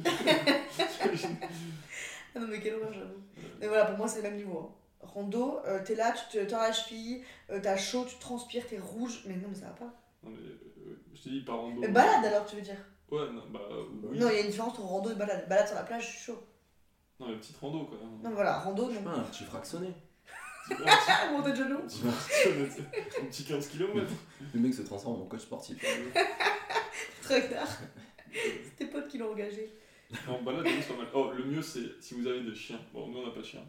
D: Ah non, mais quelle horreur, j'avoue. Mais voilà, pour moi, c'est le même niveau. hein. Rando, euh, t'es là, tu te tords la cheville, euh, t'as chaud, tu transpires, t'es rouge. Mais non, mais ça va pas.
C: Non, mais euh, je te dis, par rando.
D: Mais balade alors, tu veux dire
C: Ouais, non, bah oui.
D: Non,
C: Non,
D: il y a une différence entre rando et balade. Balade sur la plage, je suis chaud.
C: mais petite rando quoi.
D: Non, mais voilà, rando,
A: Je sais
D: non.
A: pas, un petit Ah, fractionné.
C: C'est pas un petit-
D: Ah, monter de genoux
C: un petit kilomètre, un petit 15 km.
A: Le mec se transforme en coach sportif.
D: Très tard. C'est tes potes qui l'ont engagé.
C: bah En balade, c'est pas mal. Oh, le mieux, c'est si vous avez des chiens. Bon, nous, on n'a pas de chien.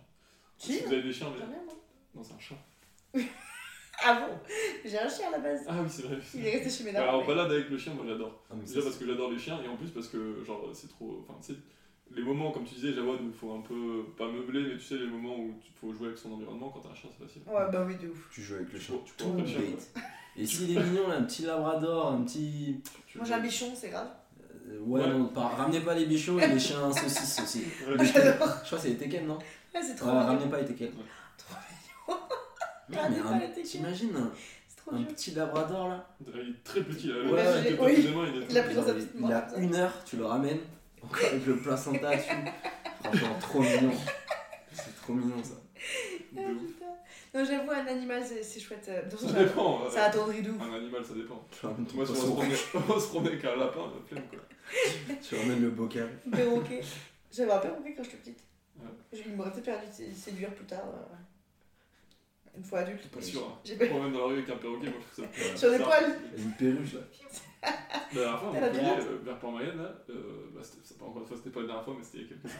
D: Si,
C: Si vous avez des chiens,
D: j'aime
C: mais...
D: bien, moi.
C: Non, c'est un chat.
D: Ah bon J'ai un chien à la base.
C: Ah oui, c'est vrai.
D: Il est resté chez mes
C: Ouais,
D: darons.
C: Alors,
D: mais-
C: balade avec le chien, moi j'adore.
E: Ah, mais ça,
C: Déjà parce que j'adore les chiens et en plus parce que, genre, c'est trop. Enfin, tu sais, les moments, comme tu disais, Jawad, où il faut un peu. Pas meubler, mais tu sais, les moments où il faut jouer avec son environnement quand t'as un chien, c'est facile.
D: Ouais, bah oui, de ouf.
E: tu joues avec le
C: Tu
E: chien.
C: cours- tu cours
E: Tout
C: après le chien,
E: bête. Et s'il est mignon, là, un petit labrador, un petit.
C: Tu
D: Moi
C: le-
D: j'ai un bichon, c'est grave.
E: Euh, ouais,
C: Ouais.
E: non, pas- ramenez pas les bichots et les chiens saucisses aussi.
C: Ouais.
E: Je
D: J'adore.
E: crois que c'est les Tekken, non
D: Ouais, c'est trop
E: Ouais,
D: mignon.
E: Ramenez pas les Tekken.
D: Trop mignon.
E: Ouais,
D: Ramenez
E: mais
D: pas
E: un-
D: les Tekken.
E: T'imagines un,
D: C'est trop
E: un
D: mignon.
E: petit labrador là
C: Il est très petit, là.
E: Ouais,
C: avec le
D: j'ai-
C: tapis
D: oui.
C: de main, il est-
D: Il a pris
E: Il
D: dans sa
E: a-
D: petite main,
E: Il
D: comme
E: a
D: ça.
E: une heure, tu le ramènes, encore avec le placenta dessus. Franchement, trop mignon. C'est trop mignon ça.
D: Ah,
C: de ouf.
D: putain. Non, j'avoue, un animal, c'est c'est chouette. euh, dans son
C: Ça
D: jardin.
C: dépend. ouais.
D: Ça attendrit de ouf.
C: Un animal, ça dépend.
E: Tu ramènes ton
C: Moi, si on se
E: poisson,
C: promenait- on se promenait avec un lapin, la flemme, quoi.
E: tu ramènes le bocal.
D: Perroquet. J'avais un perroquet quand j'étais petite.
C: Ouais.
D: Je- Il m'aurait peut-être perdu de sé- séduire plus tard. euh, Une fois adulte.
C: Pas sûr. hein.
D: J'ai
C: Je
D: pas-
C: me promène dans la rue avec un perroquet, moi, je trouve ça.
D: Sur les
C: bizarre.
D: poils.
E: Et Une perruche là.
C: La dernière fois, à
D: Elle a
C: Montpellier,
D: pirate.
C: euh, vers Port-Mayenne, là, euh, bah, c'était- c'est pas encore une fois, c'était pas la dernière fois, mais c'était il y a quelques temps.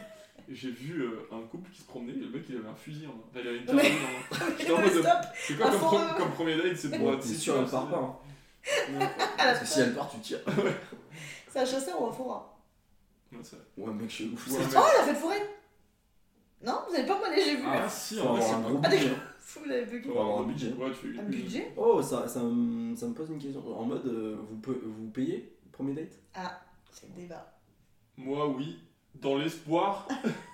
C: Et J'ai vu euh, un couple qui se promenait, et le mec il avait un fusil en main. Enfin, il avait une
D: Non,
C: carbine
D: mais- Ah,
C: en main. J'étais en
D: Non,
C: mode,
D: mais stop.
C: C'est quoi
D: Un
C: comme,
D: fond
C: pro-
D: de-
C: comme premier date C'est pour
E: T'es sûr, elle part pas. hein.
D: Ah,
E: Parce que si elle part, tu tires.
D: C'est un chasseur ou un forain
C: Ouais, c'est vrai.
E: Ouais, mec, je suis ouf.
C: Ouais,
E: ça.
C: mec.
D: Oh, la fête forêt Non, vous avez pas moi, j'ai vu.
E: Ah,
C: si,
E: faut
C: en vrai,
E: avoir
C: c'est
E: un
C: pas-
E: gros
D: Ah,
E: budget,
D: d'accord.
E: hein.
D: Fou, vous l'avez bugué.
C: Faut avoir
E: Un
C: un budget.
E: budget.
C: Ouais, tu fais
D: Un
C: une-
D: budget
E: Oh, ça, ça, me- ça me pose une question. En mode, euh, vous, pe- vous payez le premier date
D: C'est le débat.
C: Moi, oui, dans l'espoir.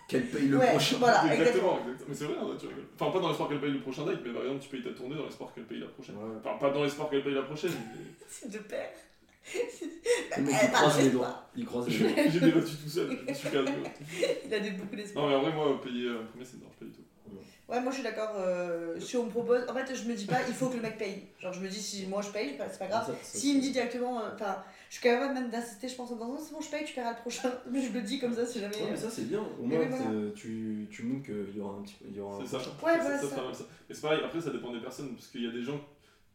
E: Qu'elle paye le
D: ouais,
E: prochain.
D: voilà, exactement.
C: exactement, exactement. Mais c'est vrai, hein, tu rigoles. Enfin, pas dans l'espoir qu'elle paye le prochain date, mais par exemple, tu payes ta tournée dans l'espoir qu'elle paye la prochaine.
E: Ouais.
C: Enfin, pas dans l'espoir qu'elle paye la prochaine. mais-
D: C'est de pair.
E: Le mec,
D: Eh,
E: il croise
D: bah,
E: les
D: c'est
E: doigts. Il croise les doigts.
C: J'ai j'ai débattu tout seul, je me suis calmé.
D: Il a des, beaucoup d'espoir.
C: Non, mais en vrai, moi, payer euh, un premier, ça me dérange pas du tout.
D: Ouais, moi je suis d'accord. euh, si on me propose. En fait, je me dis pas, il faut que le mec paye. Genre, je me dis, si moi je paye, c'est pas grave.
E: Ça, ça,
D: S'il me dit directement, euh, enfin, je suis capable même d'insister, je pense, en disant non, c'est bon, je paye, tu paieras le prochain. Mais je le dis comme ça si jamais. euh.
E: Ouais, mais ça, c'est bien. Au
D: Mais
E: moins,
D: oui, voilà.
E: t'es- tu, tu montres qu'il y aura un petit. Il y aura un
C: C'est ça.
E: prochain.
D: Ouais,
C: ça,
D: voilà,
C: ça,
D: ça.
C: pas mal, ça. Et c'est pareil, après ça dépend des personnes, parce qu'il y a des gens,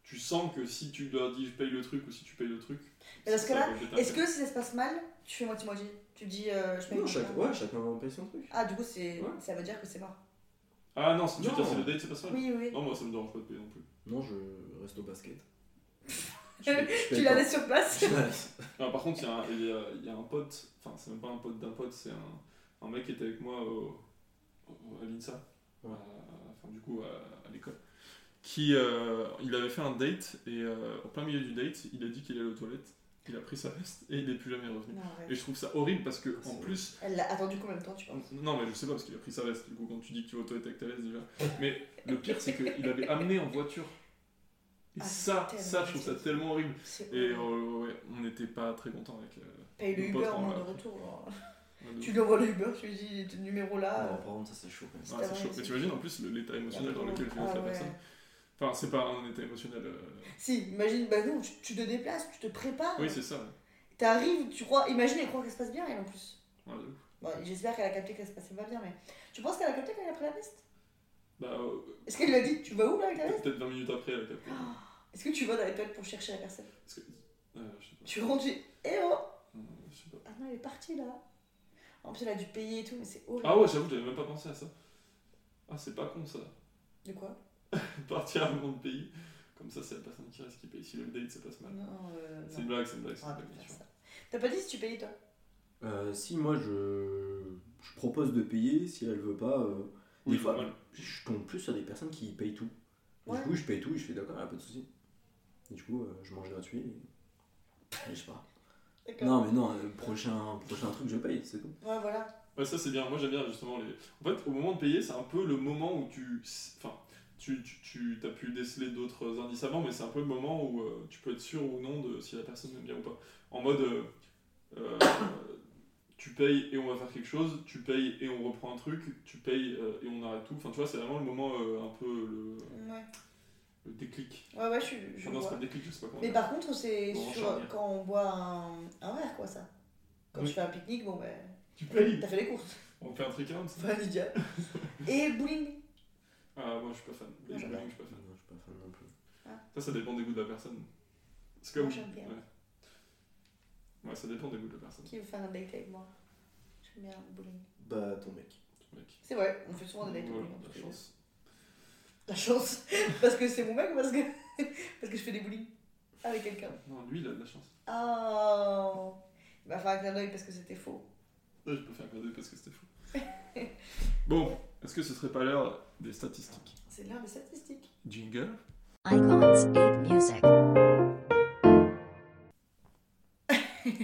C: tu sens que si tu leur dis je paye le truc ou si tu payes le truc.
D: Mais dans ce
C: ça
D: cas-là,
C: va péter un
D: Est-ce
C: câble.
D: que si ça se passe mal, tu fais moitié-moitié Tu dis, euh, je paye
E: Non,
D: le
E: chaque-
D: prochain.
E: ouais, chacun paye son truc.
D: Ah, du coup, c'est
E: Ouais.
D: ça veut dire que c'est mort.
C: Ah non, si tu
E: Non.
C: veux dire c'est le date, c'est pas ça
D: Oui, oui.
C: Non, moi ça me dérange pas de payer non plus.
E: Non, je reste au basket.
D: Tu la laisses sur place
C: Non, par contre, il y, a un- il y a- il y a un pote, enfin c'est même pas un pote d'un pote, c'est un, un mec qui était avec moi au- au- à l'INSA,
E: Ouais.
C: à- enfin du coup à, à l'école, qui euh, il avait fait un date et euh, au plein milieu du date, il a dit qu'il allait aux toilettes, il a pris sa veste et il n'est plus jamais revenu.
D: Non, ouais.
C: Et je trouve ça horrible parce que en
E: C'est-
C: plus,
D: Elle l'a attendu combien de temps, tu penses
C: Non, mais je sais pas parce qu'il a pris sa veste. Du coup, quand tu dis que tu vas aux toilettes avec ta veste déjà. Mais le pire, c'est qu'il avait amené en voiture. Et
D: Ah,
C: ça,
D: c'est
C: ça, je trouve ça
D: tellement
C: tellement horrible.
D: C'est
C: Et
D: horrible.
C: euh, ouais, on n'était pas très contents avec. euh,
D: Paye le
C: mon
D: Uber
C: pote,
D: au
C: on
D: moins
C: l'a
D: de
C: appris.
D: retour. alors.
C: ouais, de-
D: Tu lui envoies le Uber, tu lui dis ton numéro là.
E: Non,
D: euh,
E: par contre, ça, c'est chaud quand même.
C: Ouais, Ah, c'est chaud. Mais t'imagines en plus le- l'état émotionnel dans lequel vit
D: Ah,
C: la
D: ouais.
C: personne. Enfin, c'est pas un état émotionnel. euh,
D: Si, imagine, bah non, tu, tu te déplaces, tu te prépares.
C: Oui, c'est ça. ouais.
D: T'arrives, tu crois, imagine, elle croit qu'elle se passe bien, elle en plus.
C: Ouais, de ouf.
D: Bon, j'espère qu'elle a capté que ça se passait pas bien, mais tu penses qu'elle a capté quand elle a pris la veste
C: Bah, euh,
D: Est-ce qu'elle lui a dit tu vas où là avec la veste
C: peut-être 20 minutes après, avec la
D: Est-ce que tu vas dans les toilettes pour chercher la personne
C: Parce que. euh, je sais pas.
D: Tu rentres, tu dis eh oh
C: Euh, je sais pas.
D: Ah non, elle est partie là En plus, elle a dû payer et tout, mais c'est horrible.
C: Ah ouais, j'avoue, j'avais même pas pensé à ça. Ah, c'est pas con ça.
D: De quoi
C: Partir avant de payer. Comme ça, c'est la personne qui reste qui paye. Si le date, ça passe mal.
D: Non, euh,
C: C'est une
D: non.
C: blague, c'est une blague, c'est une
D: Ah,
C: blague.
D: putain,
C: bien sûr.
D: ça. T'as pas dit si tu payais toi
E: Euh, si moi je... je propose de payer, si elle veut pas, euh,
C: Oui,
E: des fois
C: normal.
E: je tombe plus sur des personnes qui payent tout. Et
D: Ouais.
E: Du coup, je paye tout et je fais d'accord, elle a pas de soucis. Et du coup, euh, je mange gratuit. Et... et je pars.
D: D'accord.
E: Non, mais non, euh, prochain, prochain truc, je paye, c'est tout.
D: Ouais, voilà.
C: Ouais, ça c'est bien. Moi j'aime bien justement les. En fait, au moment de payer, c'est un peu le moment où tu. Enfin, tu, tu, tu as pu déceler d'autres indices avant, mais c'est un peu le moment où euh, tu peux être sûr ou non de si la personne aime bien ou pas. En mode. euh, euh, tu payes et on va faire quelque chose, tu payes et on reprend un truc, tu payes euh, et on arrête tout. Enfin, tu vois, c'est vraiment le moment euh, un peu le,
D: Ouais,
C: le déclic.
D: ouais, ouais je, suis- je
C: Enfin, non, c'est pas
D: vois.
C: le déclic, je sais pas comment.
D: Mais
C: dire.
D: par contre, c'est
C: Bon,
D: sur
C: charnière.
D: quand on boit un, un verre, quoi, ça. Quand
C: Oui.
D: tu fais un pique-nique, bon, ben.
C: Tu payes
D: T'as fait les courses.
C: On fait un trick out ça
D: Pas Lydia. Et bowling.
C: Ah, moi je suis pas fan.
D: Moi, j'aime bien.
C: Je suis pas fan.
E: Non, je suis pas fan non plus.
C: Ça, ça dépend des goûts de la personne. C'est comme.
D: Ah. Moi, j'aime bien.
C: Ouais. ouais, ça dépend des goûts de la personne.
D: Qui veut faire un date avec moi J'aime bien le bowling.
E: Bah, ton mec.
C: mec.
D: C'est vrai, on fait souvent des dates. au
C: Voilà,
D: bowling, en tout
C: la
D: cas.
C: chance.
D: La chance. parce que c'est mon mec ou parce que... parce que je fais des bowling avec quelqu'un
C: Non, lui, il a de la chance.
D: Oh Il m'a fait un clin d'œil parce que c'était faux.
C: Là, je peux faire un parce que c'était fou. bon, est-ce que ce serait pas l'heure des statistiques
D: C'est l'heure des statistiques.
C: Jingle
B: Icons 8 Music.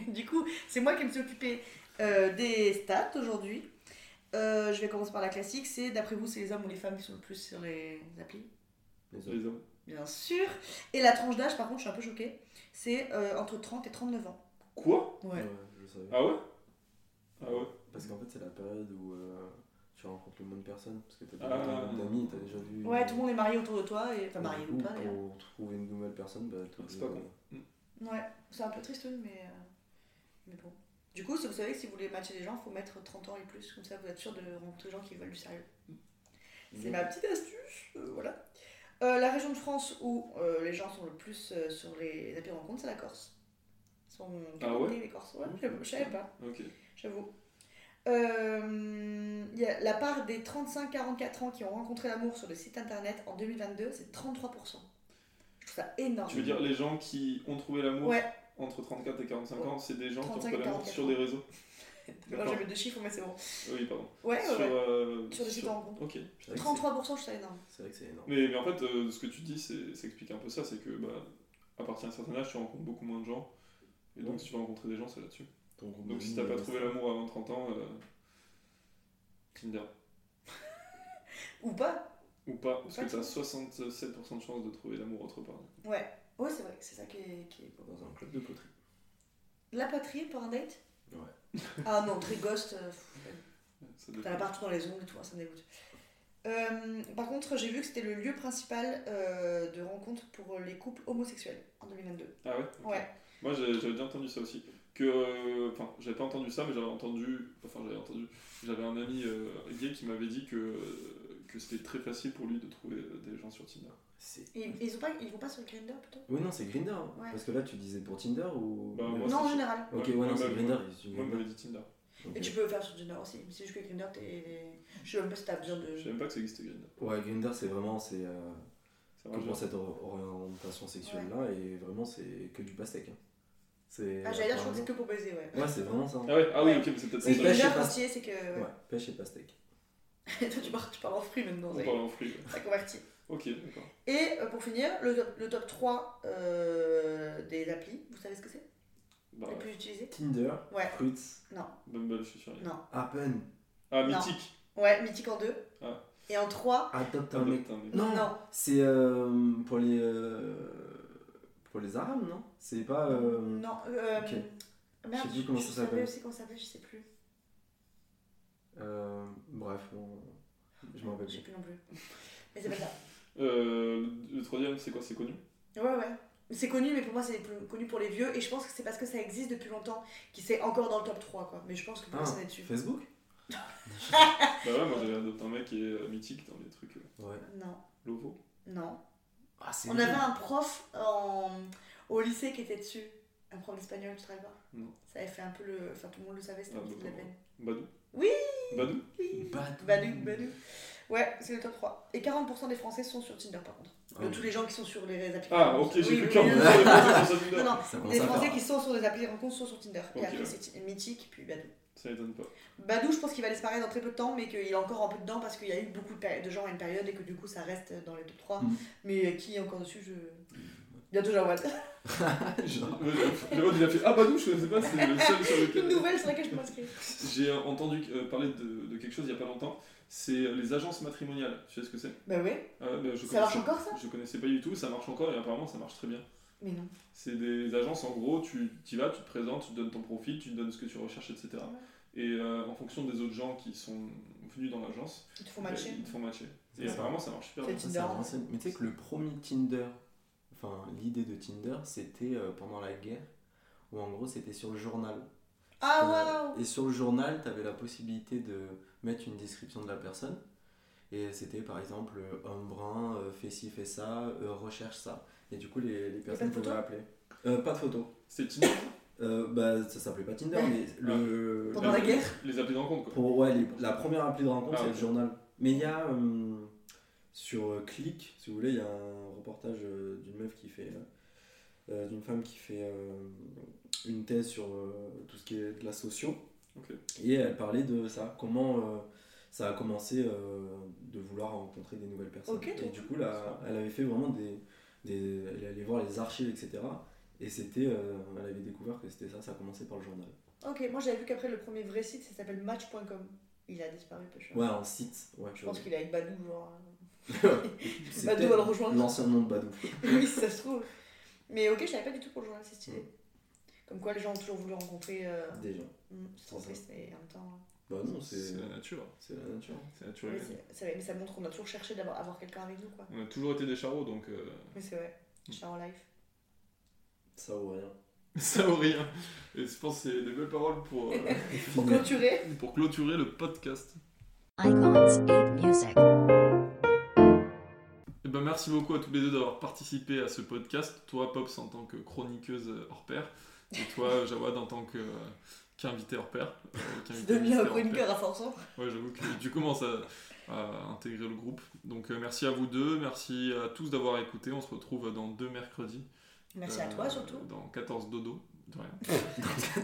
D: du coup, c'est moi qui me suis occupée euh, des stats aujourd'hui. Euh, je vais commencer par la classique. C'est d'après vous, c'est les hommes ou les femmes qui sont le plus sur les applis
A: Les autres.
C: Les hommes.
D: Bien sûr. Et la tranche d'âge, par contre, je suis un peu choquée. C'est euh, entre 30 et 39 ans.
C: Quoi
A: Ouais, je savais.
C: Ah ouais Ah ouais
A: Parce qu'en fait, c'est la période où euh, tu rencontres le moins de personnes. Parce que t'as
C: Ah.
A: déjà un groupe d'amis, t'as déjà vu.
D: Ouais, tout le monde est marié autour de toi. Et... Enfin,
A: Du
D: marié
A: coup,
D: ou pas, d'ailleurs.
A: Pour trouver une nouvelle personne, bah, t'es
C: Ah, c'est
A: obligé
C: pas
A: de-
C: con.
D: Ouais, c'est un peu triste, oui, mais, euh, mais bon. Du coup, si vous savez que si vous voulez matcher des gens, faut mettre 30 ans et plus, comme ça vous êtes sûr de rencontrer des gens qui veulent du sérieux.
C: Mm.
D: C'est
A: Mmh.
D: ma petite astuce, euh, voilà. Euh, la région de France où euh, les gens sont le plus euh, sur les appels de rencontre, c'est la Corse. Ils sont
C: Ah ouais
D: les Corses, ouais, j'avoue, je savais pas,
C: Ok.
D: j'avoue. Euh, il y a la part des 35-44 ans qui ont rencontré l'amour sur le site internet en 2022, c'est 33%. Je trouve ça énorme.
C: Tu veux dire, les gens qui ont trouvé l'amour
D: Ouais.
C: entre 34 et 45 ans, c'est des gens qui ont
D: 35
C: trouvé l'amour
D: 44
C: sur des réseaux
D: Moi j'ai mis deux chiffres, mais c'est bon.
C: Oui, pardon.
D: Ouais, ouais,
C: sur,
D: ouais.
C: euh,
D: Sur des sites de rencontre.
C: Ok.
A: C'est vrai que c'est-
D: 33%, je trouve ça énorme.
A: C'est vrai que c'est énorme.
C: Mais, mais en fait, euh, ce que tu dis, c'est, ça explique un peu ça, c'est que bah, à partir d'un certain âge, tu rencontres beaucoup moins de gens. Et donc,
A: Ouais.
C: si tu vas rencontrer des gens, c'est là-dessus.
A: Ton groupe
C: Donc, si
A: d'amis,
C: t'as pas
A: euh,
C: trouvé l'amour avant 30 ans, euh, Tinder.
D: Ou pas
C: Ou pas, parce
D: pas,
C: que t'as
D: ça.
C: 67% de chances de trouver l'amour autre part.
D: Ouais. Ouais, c'est vrai, c'est ça qui est, qui est beau.
A: Dans un club de poterie.
D: La patrie pour un date
A: Ouais.
D: Ah non, très ghost. euh, pff,
C: Ça doit-
D: T'as la partout dans les ongles et tout, ça me dégoûte. Euh, par contre, j'ai vu que c'était le lieu principal euh, de rencontre pour les couples homosexuels en 2022.
C: Ah ouais Ok.
D: Ouais.
C: Moi, j'ai- j'avais bien entendu ça aussi. Que, euh, enfin, j'avais pas entendu ça, mais j'avais entendu, enfin, j'avais entendu, j'avais un ami euh, gay qui m'avait dit que, que c'était très facile pour lui de trouver euh, des gens sur Tinder.
A: C'est.
D: Et, et ils, ont pas, ils vont pas sur le calendar plutôt
A: Oui, non, c'est Grinder.
E: hein.
D: Ouais.
A: Parce que là, tu disais pour Tinder ou.
C: Bah, moi,
D: Non, en
C: c'est-
D: général.
A: Ok,
C: Ouais,
A: ouais, non,
C: moi,
A: c'est
C: bah,
A: Grinder.
C: Moi, il m'avait dit Tinder.
D: Et tu peux le faire sur Tinder aussi. mais C'est juste que Grindr, t'es. Je sais même pas si t'as besoin de.
C: Je savais même pas que ça existait Grindr.
A: Ouais, Grinder, c'est vraiment. C'est. euh, que
C: Ça marche
A: pour cette or- orientation sexuelle là et vraiment c'est que du pastèque. hein. C'est
D: Ah, j'allais dire, je crois que c'est
A: apparemment-
D: que pour baiser, ouais.
A: Ouais, c'est vraiment ça.
C: Ah ouais, ah oui, ok, mais c'est peut-être
D: C'est
A: Oui,
C: ça.
A: bah,
D: Grindr,
A: je sais
D: quand
A: pas.
D: tu y es, c'est que. ouais.
A: Ouais, pêche et pastèque.
D: Toi, tu parles, tu parles en fruits maintenant,
C: On
D: ça y
C: parle
D: est.
C: en fruits. ouais.
D: ça convertit.
C: Ok, d'accord.
D: Et euh, pour finir, le top, le top 3 euh, des applis, vous savez ce que c'est
C: Bah,
D: Les plus utilisés
A: Tinder,
D: Ouais.
A: Fruits,
C: Bumble, je suis sûr.
A: Happen,
C: Ah,
D: Non.
C: mythique
D: Ouais, Mythic en 2.
C: Ah.
D: Et en 3,
A: Adopte un mec.
C: Adopte un mec.
A: Non,
D: Non.
A: c'est euh, pour les euh, pour les Arabes, non C'est pas euh,
D: non. Euh,
A: ok.
D: Merde,
A: Je sais plus comment ça
D: savais
A: s'appelle.
D: aussi comment ça s'appelle, je sais plus.
A: euh, bref, on- je m'en rappelle
D: Je sais
A: plus.
D: plus non plus. Mais c'est pas ça.
C: Euh, le troisième, c'est quoi C'est connu
D: Ouais, ouais. C'est connu, mais pour moi, c'est plus connu pour les vieux. Et je pense que c'est parce que ça existe depuis longtemps qu'il c'est encore dans le top 3, quoi. Mais je pense que
A: Ah.
D: personne n'est dessus.
A: Facebook
C: Bah ouais, moi j'avais Adopte un mec et euh, mythique dans les trucs. euh,
A: Ouais.
D: Non,
C: Lovo.
D: non.
A: Ah, c'est
D: On
A: nul.
D: avait un prof en- au lycée qui était dessus, un prof d'espagnol, tu te rappelles pas
C: Non.
D: Ça avait fait un peu le. Enfin, tout le monde le savait, c'était
C: Ah,
D: un petit peu de la
C: bah,
D: peine.
C: Badou
D: Oui
C: Badou
A: Badou.
D: Badou, badou. Ouais, c'est le top 3. Et 40% des Français sont sur Tinder par contre.
A: Ah
D: De
A: oui.
D: tous les gens qui sont sur les applications.
C: Ah, ok, j'ai
D: Oui,
C: cru
D: oui,
C: qu'un
D: oui,
C: mot
D: oui.
C: sur les sur Tinder.
D: Non, non,
A: Ça commence
D: les
A: à
D: Français
A: faire.
D: qui sont sur les applis de rencontres sont sur Tinder.
C: Ok.
D: Et après, c'est Mythique, puis Badou.
C: Ça m'étonne pas.
D: Badou, je pense qu'il va disparaître dans très peu de temps, mais qu'il est encore un peu dedans parce qu'il y a eu beaucoup de, péri- de gens à une période et que du coup ça reste dans les top 3.
A: Mm.
D: Mais euh, qui est encore dessus, je. Bientôt, j'envoie.
A: Genre.
C: J'avoue, il a fait Ah, Badou, je connaissais pas, c'est le seul sur
D: Une
C: lequel.
D: nouvelle sur laquelle je peux m'inscrire.
C: J'ai euh, entendu euh, parler de, de quelque chose il y a pas longtemps. C'est euh, les agences matrimoniales. Tu sais ce que c'est
D: Bah oui.
C: Ah, bah, je
D: Ça
C: connaissais-
D: marche encore, ça
C: Je connaissais pas du tout, ça marche encore et apparemment ça marche très bien.
D: Mais non.
C: C'est des agences, en gros, tu y vas, tu te présentes, tu donnes ton profil, tu donnes ce que tu recherches, etc. Et euh, en fonction des autres gens qui sont venus dans l'agence,
D: Il te faut
C: bah,
D: matcher.
C: ils te font matcher. Et
A: C'est ça.
C: apparemment, ça marche super bien.
D: C'est
A: Ça,
D: Tinder,
A: c'est
D: ouais.
A: l'ancienne- Mais tu sais que le premier Tinder, enfin l'idée de Tinder, c'était euh, pendant la guerre, où en gros c'était sur le journal.
D: Ah
A: Euh,
D: waouh
A: Et sur le journal, tu avais la possibilité de mettre une description de la personne. Et c'était par exemple euh, homme brun, euh, fait ci, fait ça, euh, recherche ça. Et du coup, les, les personnes
D: pas de
A: pouvaient
D: photo
A: appeler. Euh, pas de photo.
C: C'est Tinder
E: Euh, bah, ça s'appelait pas Tinder, mais le.
D: Pendant la guerre
C: Les applis de rencontre, quoi.
E: Pour- ouais, les- la première appli de rencontre,
C: Ah,
E: c'est
C: ok.
E: le journal. Mais il y a euh, sur euh, Click, si vous voulez, il y a un reportage euh, d'une meuf qui fait. euh, euh, d'une femme qui fait euh, une thèse sur euh, tout ce qui est de la socio.
C: Ok.
E: Et elle parlait de ça, comment euh, ça a commencé euh, de vouloir rencontrer des nouvelles personnes.
D: Ok,
E: et
D: trop
E: du coup, là, elle avait fait vraiment des, des- Elle allait voir les archives, etc. Et c'était. euh, elle avait découvert que c'était ça, ça a commencé par le journal.
D: Ok, moi j'avais vu qu'après le premier vrai site, ça s'appelle match.com. Il a disparu, peu cher.
E: Ouais, en site. Ouais, tu
D: Je pense
E: vois.
D: qu'il est avec Badou, genre. hein. Badou
E: C'est
D: va
E: peut-être
D: le rejoindre.
E: L'ancien nom de Badou.
D: oui, si ça se trouve. Mais ok, je savais pas du tout pour le journal, c'est stylé. Comme quoi les gens ont toujours voulu rencontrer. euh,
E: Déjà.
D: hmm, C'est trop
E: C'est ça.
D: triste, mais en même temps.
E: Bah non, c'est
C: C'est la nature.
E: c'est la nature.
C: C'est naturel.
D: Mais, c'est- c'est vrai, mais ça montre qu'on a toujours cherché d'avoir avoir quelqu'un avec nous, quoi.
C: On a toujours été des charros, donc euh,
D: Mais c'est vrai. Chat en life.
E: Ça ou rien.
C: ça vaut rien. Et je pense que c'est de belles paroles pour, euh,
D: Pour clôturer,
C: pour clôturer le podcast.
B: Icons 8 Music.
C: Et ben merci beaucoup à tous les deux d'avoir participé à ce podcast. Toi, Pops, en tant que chroniqueuse hors pair. Et toi, Jawad, en tant que, euh, qu'invité hors pair. Euh,
D: c'est
C: qu'invité
D: devenu
C: mystère
D: un
C: hors pair.
D: chroniqueur à force. hein.
C: Ouais, j'avoue que tu commences à, à intégrer le groupe. Donc euh, merci à vous deux, merci à tous d'avoir écouté. On se retrouve dans deux mercredis.
D: Merci à
C: Euh,
D: toi surtout.
C: Dans 14 dodo. De rien.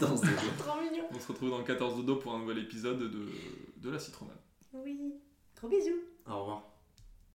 E: Dans ce jeu.
D: Trop mignon.
C: On se retrouve dans 14 dodo pour un nouvel épisode de, de la citronnade.
D: Oui. Gros bisous.
E: Au revoir.